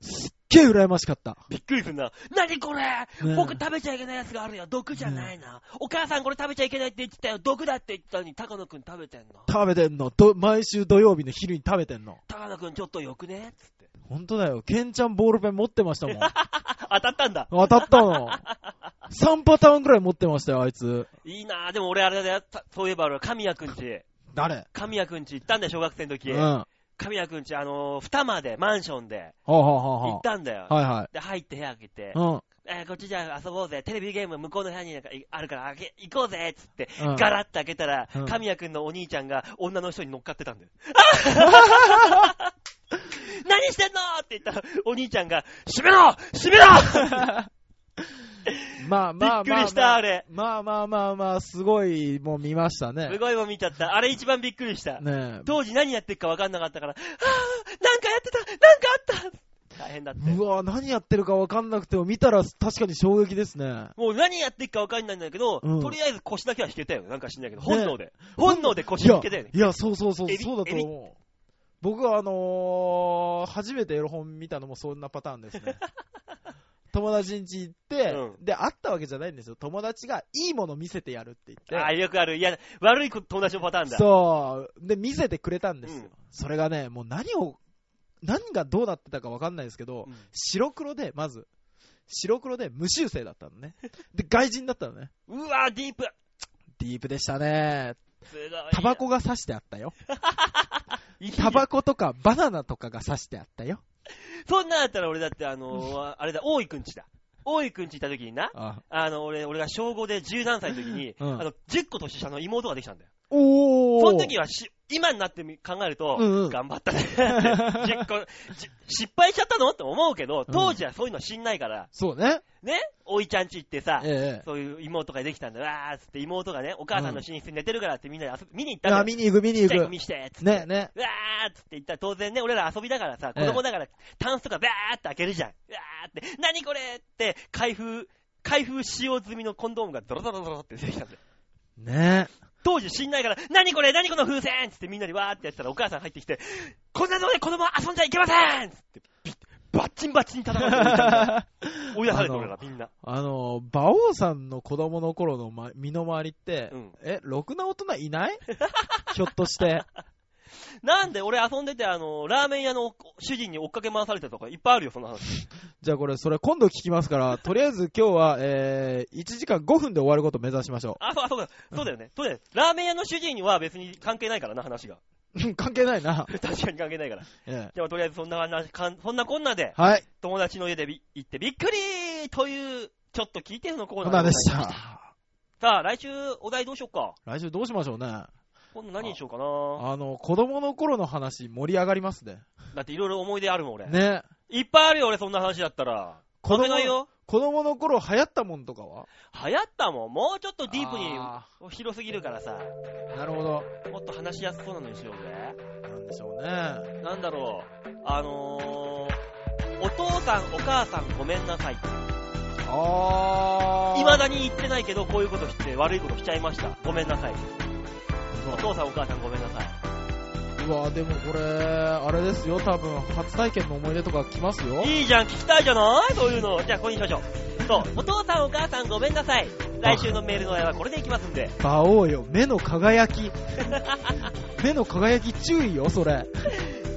すっげえ羨ましかった、
びっくりすんな。なにこれ、
ね
僕食べちゃいけないやつがあるよ。毒じゃないな。お母さんこれ食べちゃいけないって言ってたよ。毒だって言ったのに、高野くん食べてんの。
食べてんのど毎週土曜日の昼に食べてんの
高野くんちょっとよくねつって。
本当だよケンちゃんボールペン持ってました もん
当たったんだ。
当たったの3パターンぐらい持ってましたよあいつ
いいなぁ。でも俺あれだよ。たそういえば俺、神谷くんち。
誰
神谷くんち行ったんだよ、小学生の時。
うんは
神谷くんち、あのー、二間で、マンションで、
あ、はあ
行っ
は
たんだよ
あ、。はいはい
で、入って部屋開けて、
うん
えーこっちじゃあ遊ぼうぜ。テレビゲーム向こうの部屋になんかいあるから、開け、行こうぜっつって、
うん
ガラッと開けたら、
うん
神谷くんのお兄ちゃんが女の人に乗っかってたんだ よ。 何してんのって言ったら、お兄ちゃんが、閉めろ閉めろ
まあまあまあまあ。
びっくりしたあれ
まあまあまあまあ、すごい、もう見ましたね
す。ごいもん見ちゃった。あれ一番びっくりした。
ね
当時何やってるか分かんなかったから、はぁなんかやってたなんかあった大変だって。
え。うわ何やってるかわかんなくても、見たら確かに衝撃ですね。
もう何やってるか分かんないんだけど、
うん
とりあえず腰だけは引けたよ。なんか知んないけど、
ね
本能で。本能で腰引けたよね。
いや、いやそうそうそう、
エビ
そうだと思う。僕はあのー初めてエロ本見たのもそんなパターンで すね。友達ん家行って、
う
で、会ったわけじゃないんですよ。友達がいいもの見せてやるって言って。
ああ、よくある。いや、悪い友達のパターンだ。
そう。で、見せてくれたんですよ。
うん
それがね、もう何を、何がどうなってたかわかんないですけど、
うん
白黒で、まず、白黒で無修正だったのね。で、外人だったのね。
うわぁ、ディープ
ディープでしたね。
すごいな。
タバコが刺してあったよ。
いい
タバコとかバナナとかが刺してあったよ。
そんなんやったら俺だって、あのー、あれだ、大井くんちだ。大井くんち行った時にな、
あ
あの、俺、俺が小5で10何歳の時に、
うん
あの、10個年下の妹ができたんだよ。
おー。
その時はし、今になってみ考えると、
うんうん
頑張った ね。10個、じ失敗しちゃったのって思うけど、
うん
当時はそういうの知んないから、
そうね。
ね、おいちゃんち行ってさ、
ええ
そういう妹ができたんだ、わーっつって妹がね、お母さんの寝室に寝てるからってみんなで遊び見に行ったんだ
あ
よ。
見に行く見に
ちっ
行
ちゃい子
く。
見して、つって。
ね、ね。
うわーっつって言ったら当然ね、俺ら遊びだからさ、
え
子
え
供だから、タンスとかバーって開けるじゃん。うわーって、何これって、開封、開封使用済みのコンドームがドロドロドロって出てきたんだよ。
ね。
当時知んないから、何これ何この風船っつってみんなにわーってやってたらお母さん入ってきて、こんなとこで子供遊んじゃいけませんっつって、ビッバッチンバッチン叩かれて追い出された追い出されて俺らみんな。
あの、馬王さんの子供の頃の、ま、身の回りって、
うん
え、ろくな大人いない ひょっとして。
なんで俺遊んでて、あの、ラーメン屋の主人に追っかけ回されたとかいっぱいあるよ、そんな話。
じゃあこれ、それ今度聞きますから、とりあえず今日は、えー、1時間5分で終わることを目指しましょ
あ、そうあそうだ、そうだよ ね。そうだよね。ラーメン屋の主人には別に関係ないからな、話が。
う。 うん関係ないな。
確かに関係ないから。
ええ
でもとりあえずそんな話、かんそんなこんなで、
はい。
友達の家でび行ってびっくりという、ちょっと聞いてるのコー
こん
ナー
なんでした。
さあ、来週お題どうしよっか。
来週どうしましょうね。
今度何にしようかな。
あの、子供の頃の話盛り上がりますね。
だっていろいろ思い出あるもん、俺。
ね。
いっぱいあるよ、俺、そんな話だったら。
子
こ
供
れないよ。
子供の頃流行ったもんとかは
流行ったもん。もうちょっとディープに、
あ
広すぎるからさ、
ーなるほど。
もっと話しやすそうなのにしようぜ。
なんでしょうね。
なんだろう。あのー、お父さん、お母さんごめんなさい。
あー。
未だに言ってないけど、こういうことして悪いことしちゃいました。ごめんなさい。お父さんお母さんごめんなさい。
うわ、でもこれ、あれですよ、多分、初体験の思い出とか来ますよ。
いいじゃん、聞きたいじゃないそういうの。じゃあ、ここにしましょう。そう、お父さんお母さんごめんなさい。来週のメールの話はこれでいきますんで。
馬王よ、目の輝き。 目の輝き注意よ、それ。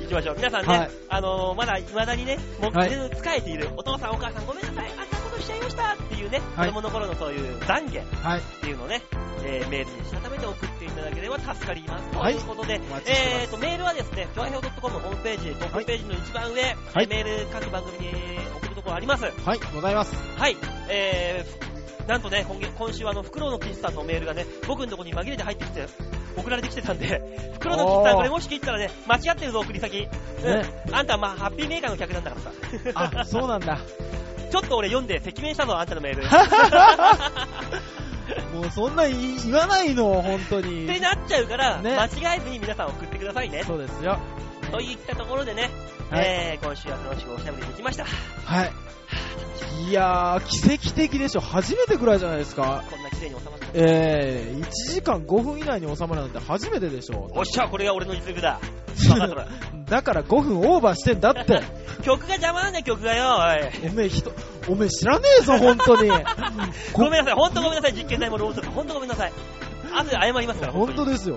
いきましょう。皆さんね、
はい
あのー、まだ未だにね、もう
はい
全然疲れている、お父さんお母さんごめんなさい、あんなことしちゃいましたっていうね、
はい
子供の頃のそういう懺悔っ
はい。
ていうのをね、えーメールにしたためて送っていただければ助かります。
はい
ということで
お、待ちしてます
えーと、メールはですね、ちょあひょう .com ホームページ、トップページの一番上、
はい
メール各番組に送るところあります。
はい、ございます。
はい、えー、なんとね、今月今週はあの、フクロウの岸さんのメールがね、僕のとこに紛れて入ってきて、送られてきてたん で、フクロウの岸さん、これもし聞いてたらね、間違ってるぞ、送り先。うん。あんた、まあ、ハッピーメーカーの客なんだからさ。
あ、そうなんだ。
ちょっと俺読んで、赤面したぞ、あんたのメール。っ
もうそんな言い言わないの、本 当に。
てなっちゃうから、
ね
間違えずに皆さん送ってくださいね。
そうですよ。
といったところでね、
はい
えー、今週は楽しくおしゃべりできました。
はい。いやー、奇跡的でしょ。初めてぐらいじゃないですか。
こんな綺麗に収まった。
えー、1時間5分以内に収まるなんて初めてでしょ。
おっしゃ、これが俺の実力だ。バカト ラ
だから5分オーバーしてんだって。
曲が邪魔なんだよ、曲がよ、おい。
おめえ人、おめえ知らねえぞ、本当に。
ごめんなさい、ほんとごめんなさい、実験台もロードさん、ほんとごめんなさい。後で謝りますから、
本当
に
ですよ。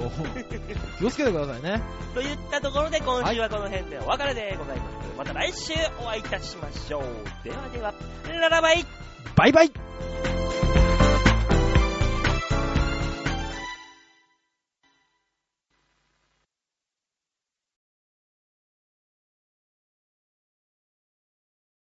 気をつけてくださいね。
といったところで、今週はこの辺でお別れでございます。また来週お会いいたしましょう。ではでは、ララバイ
バイバイ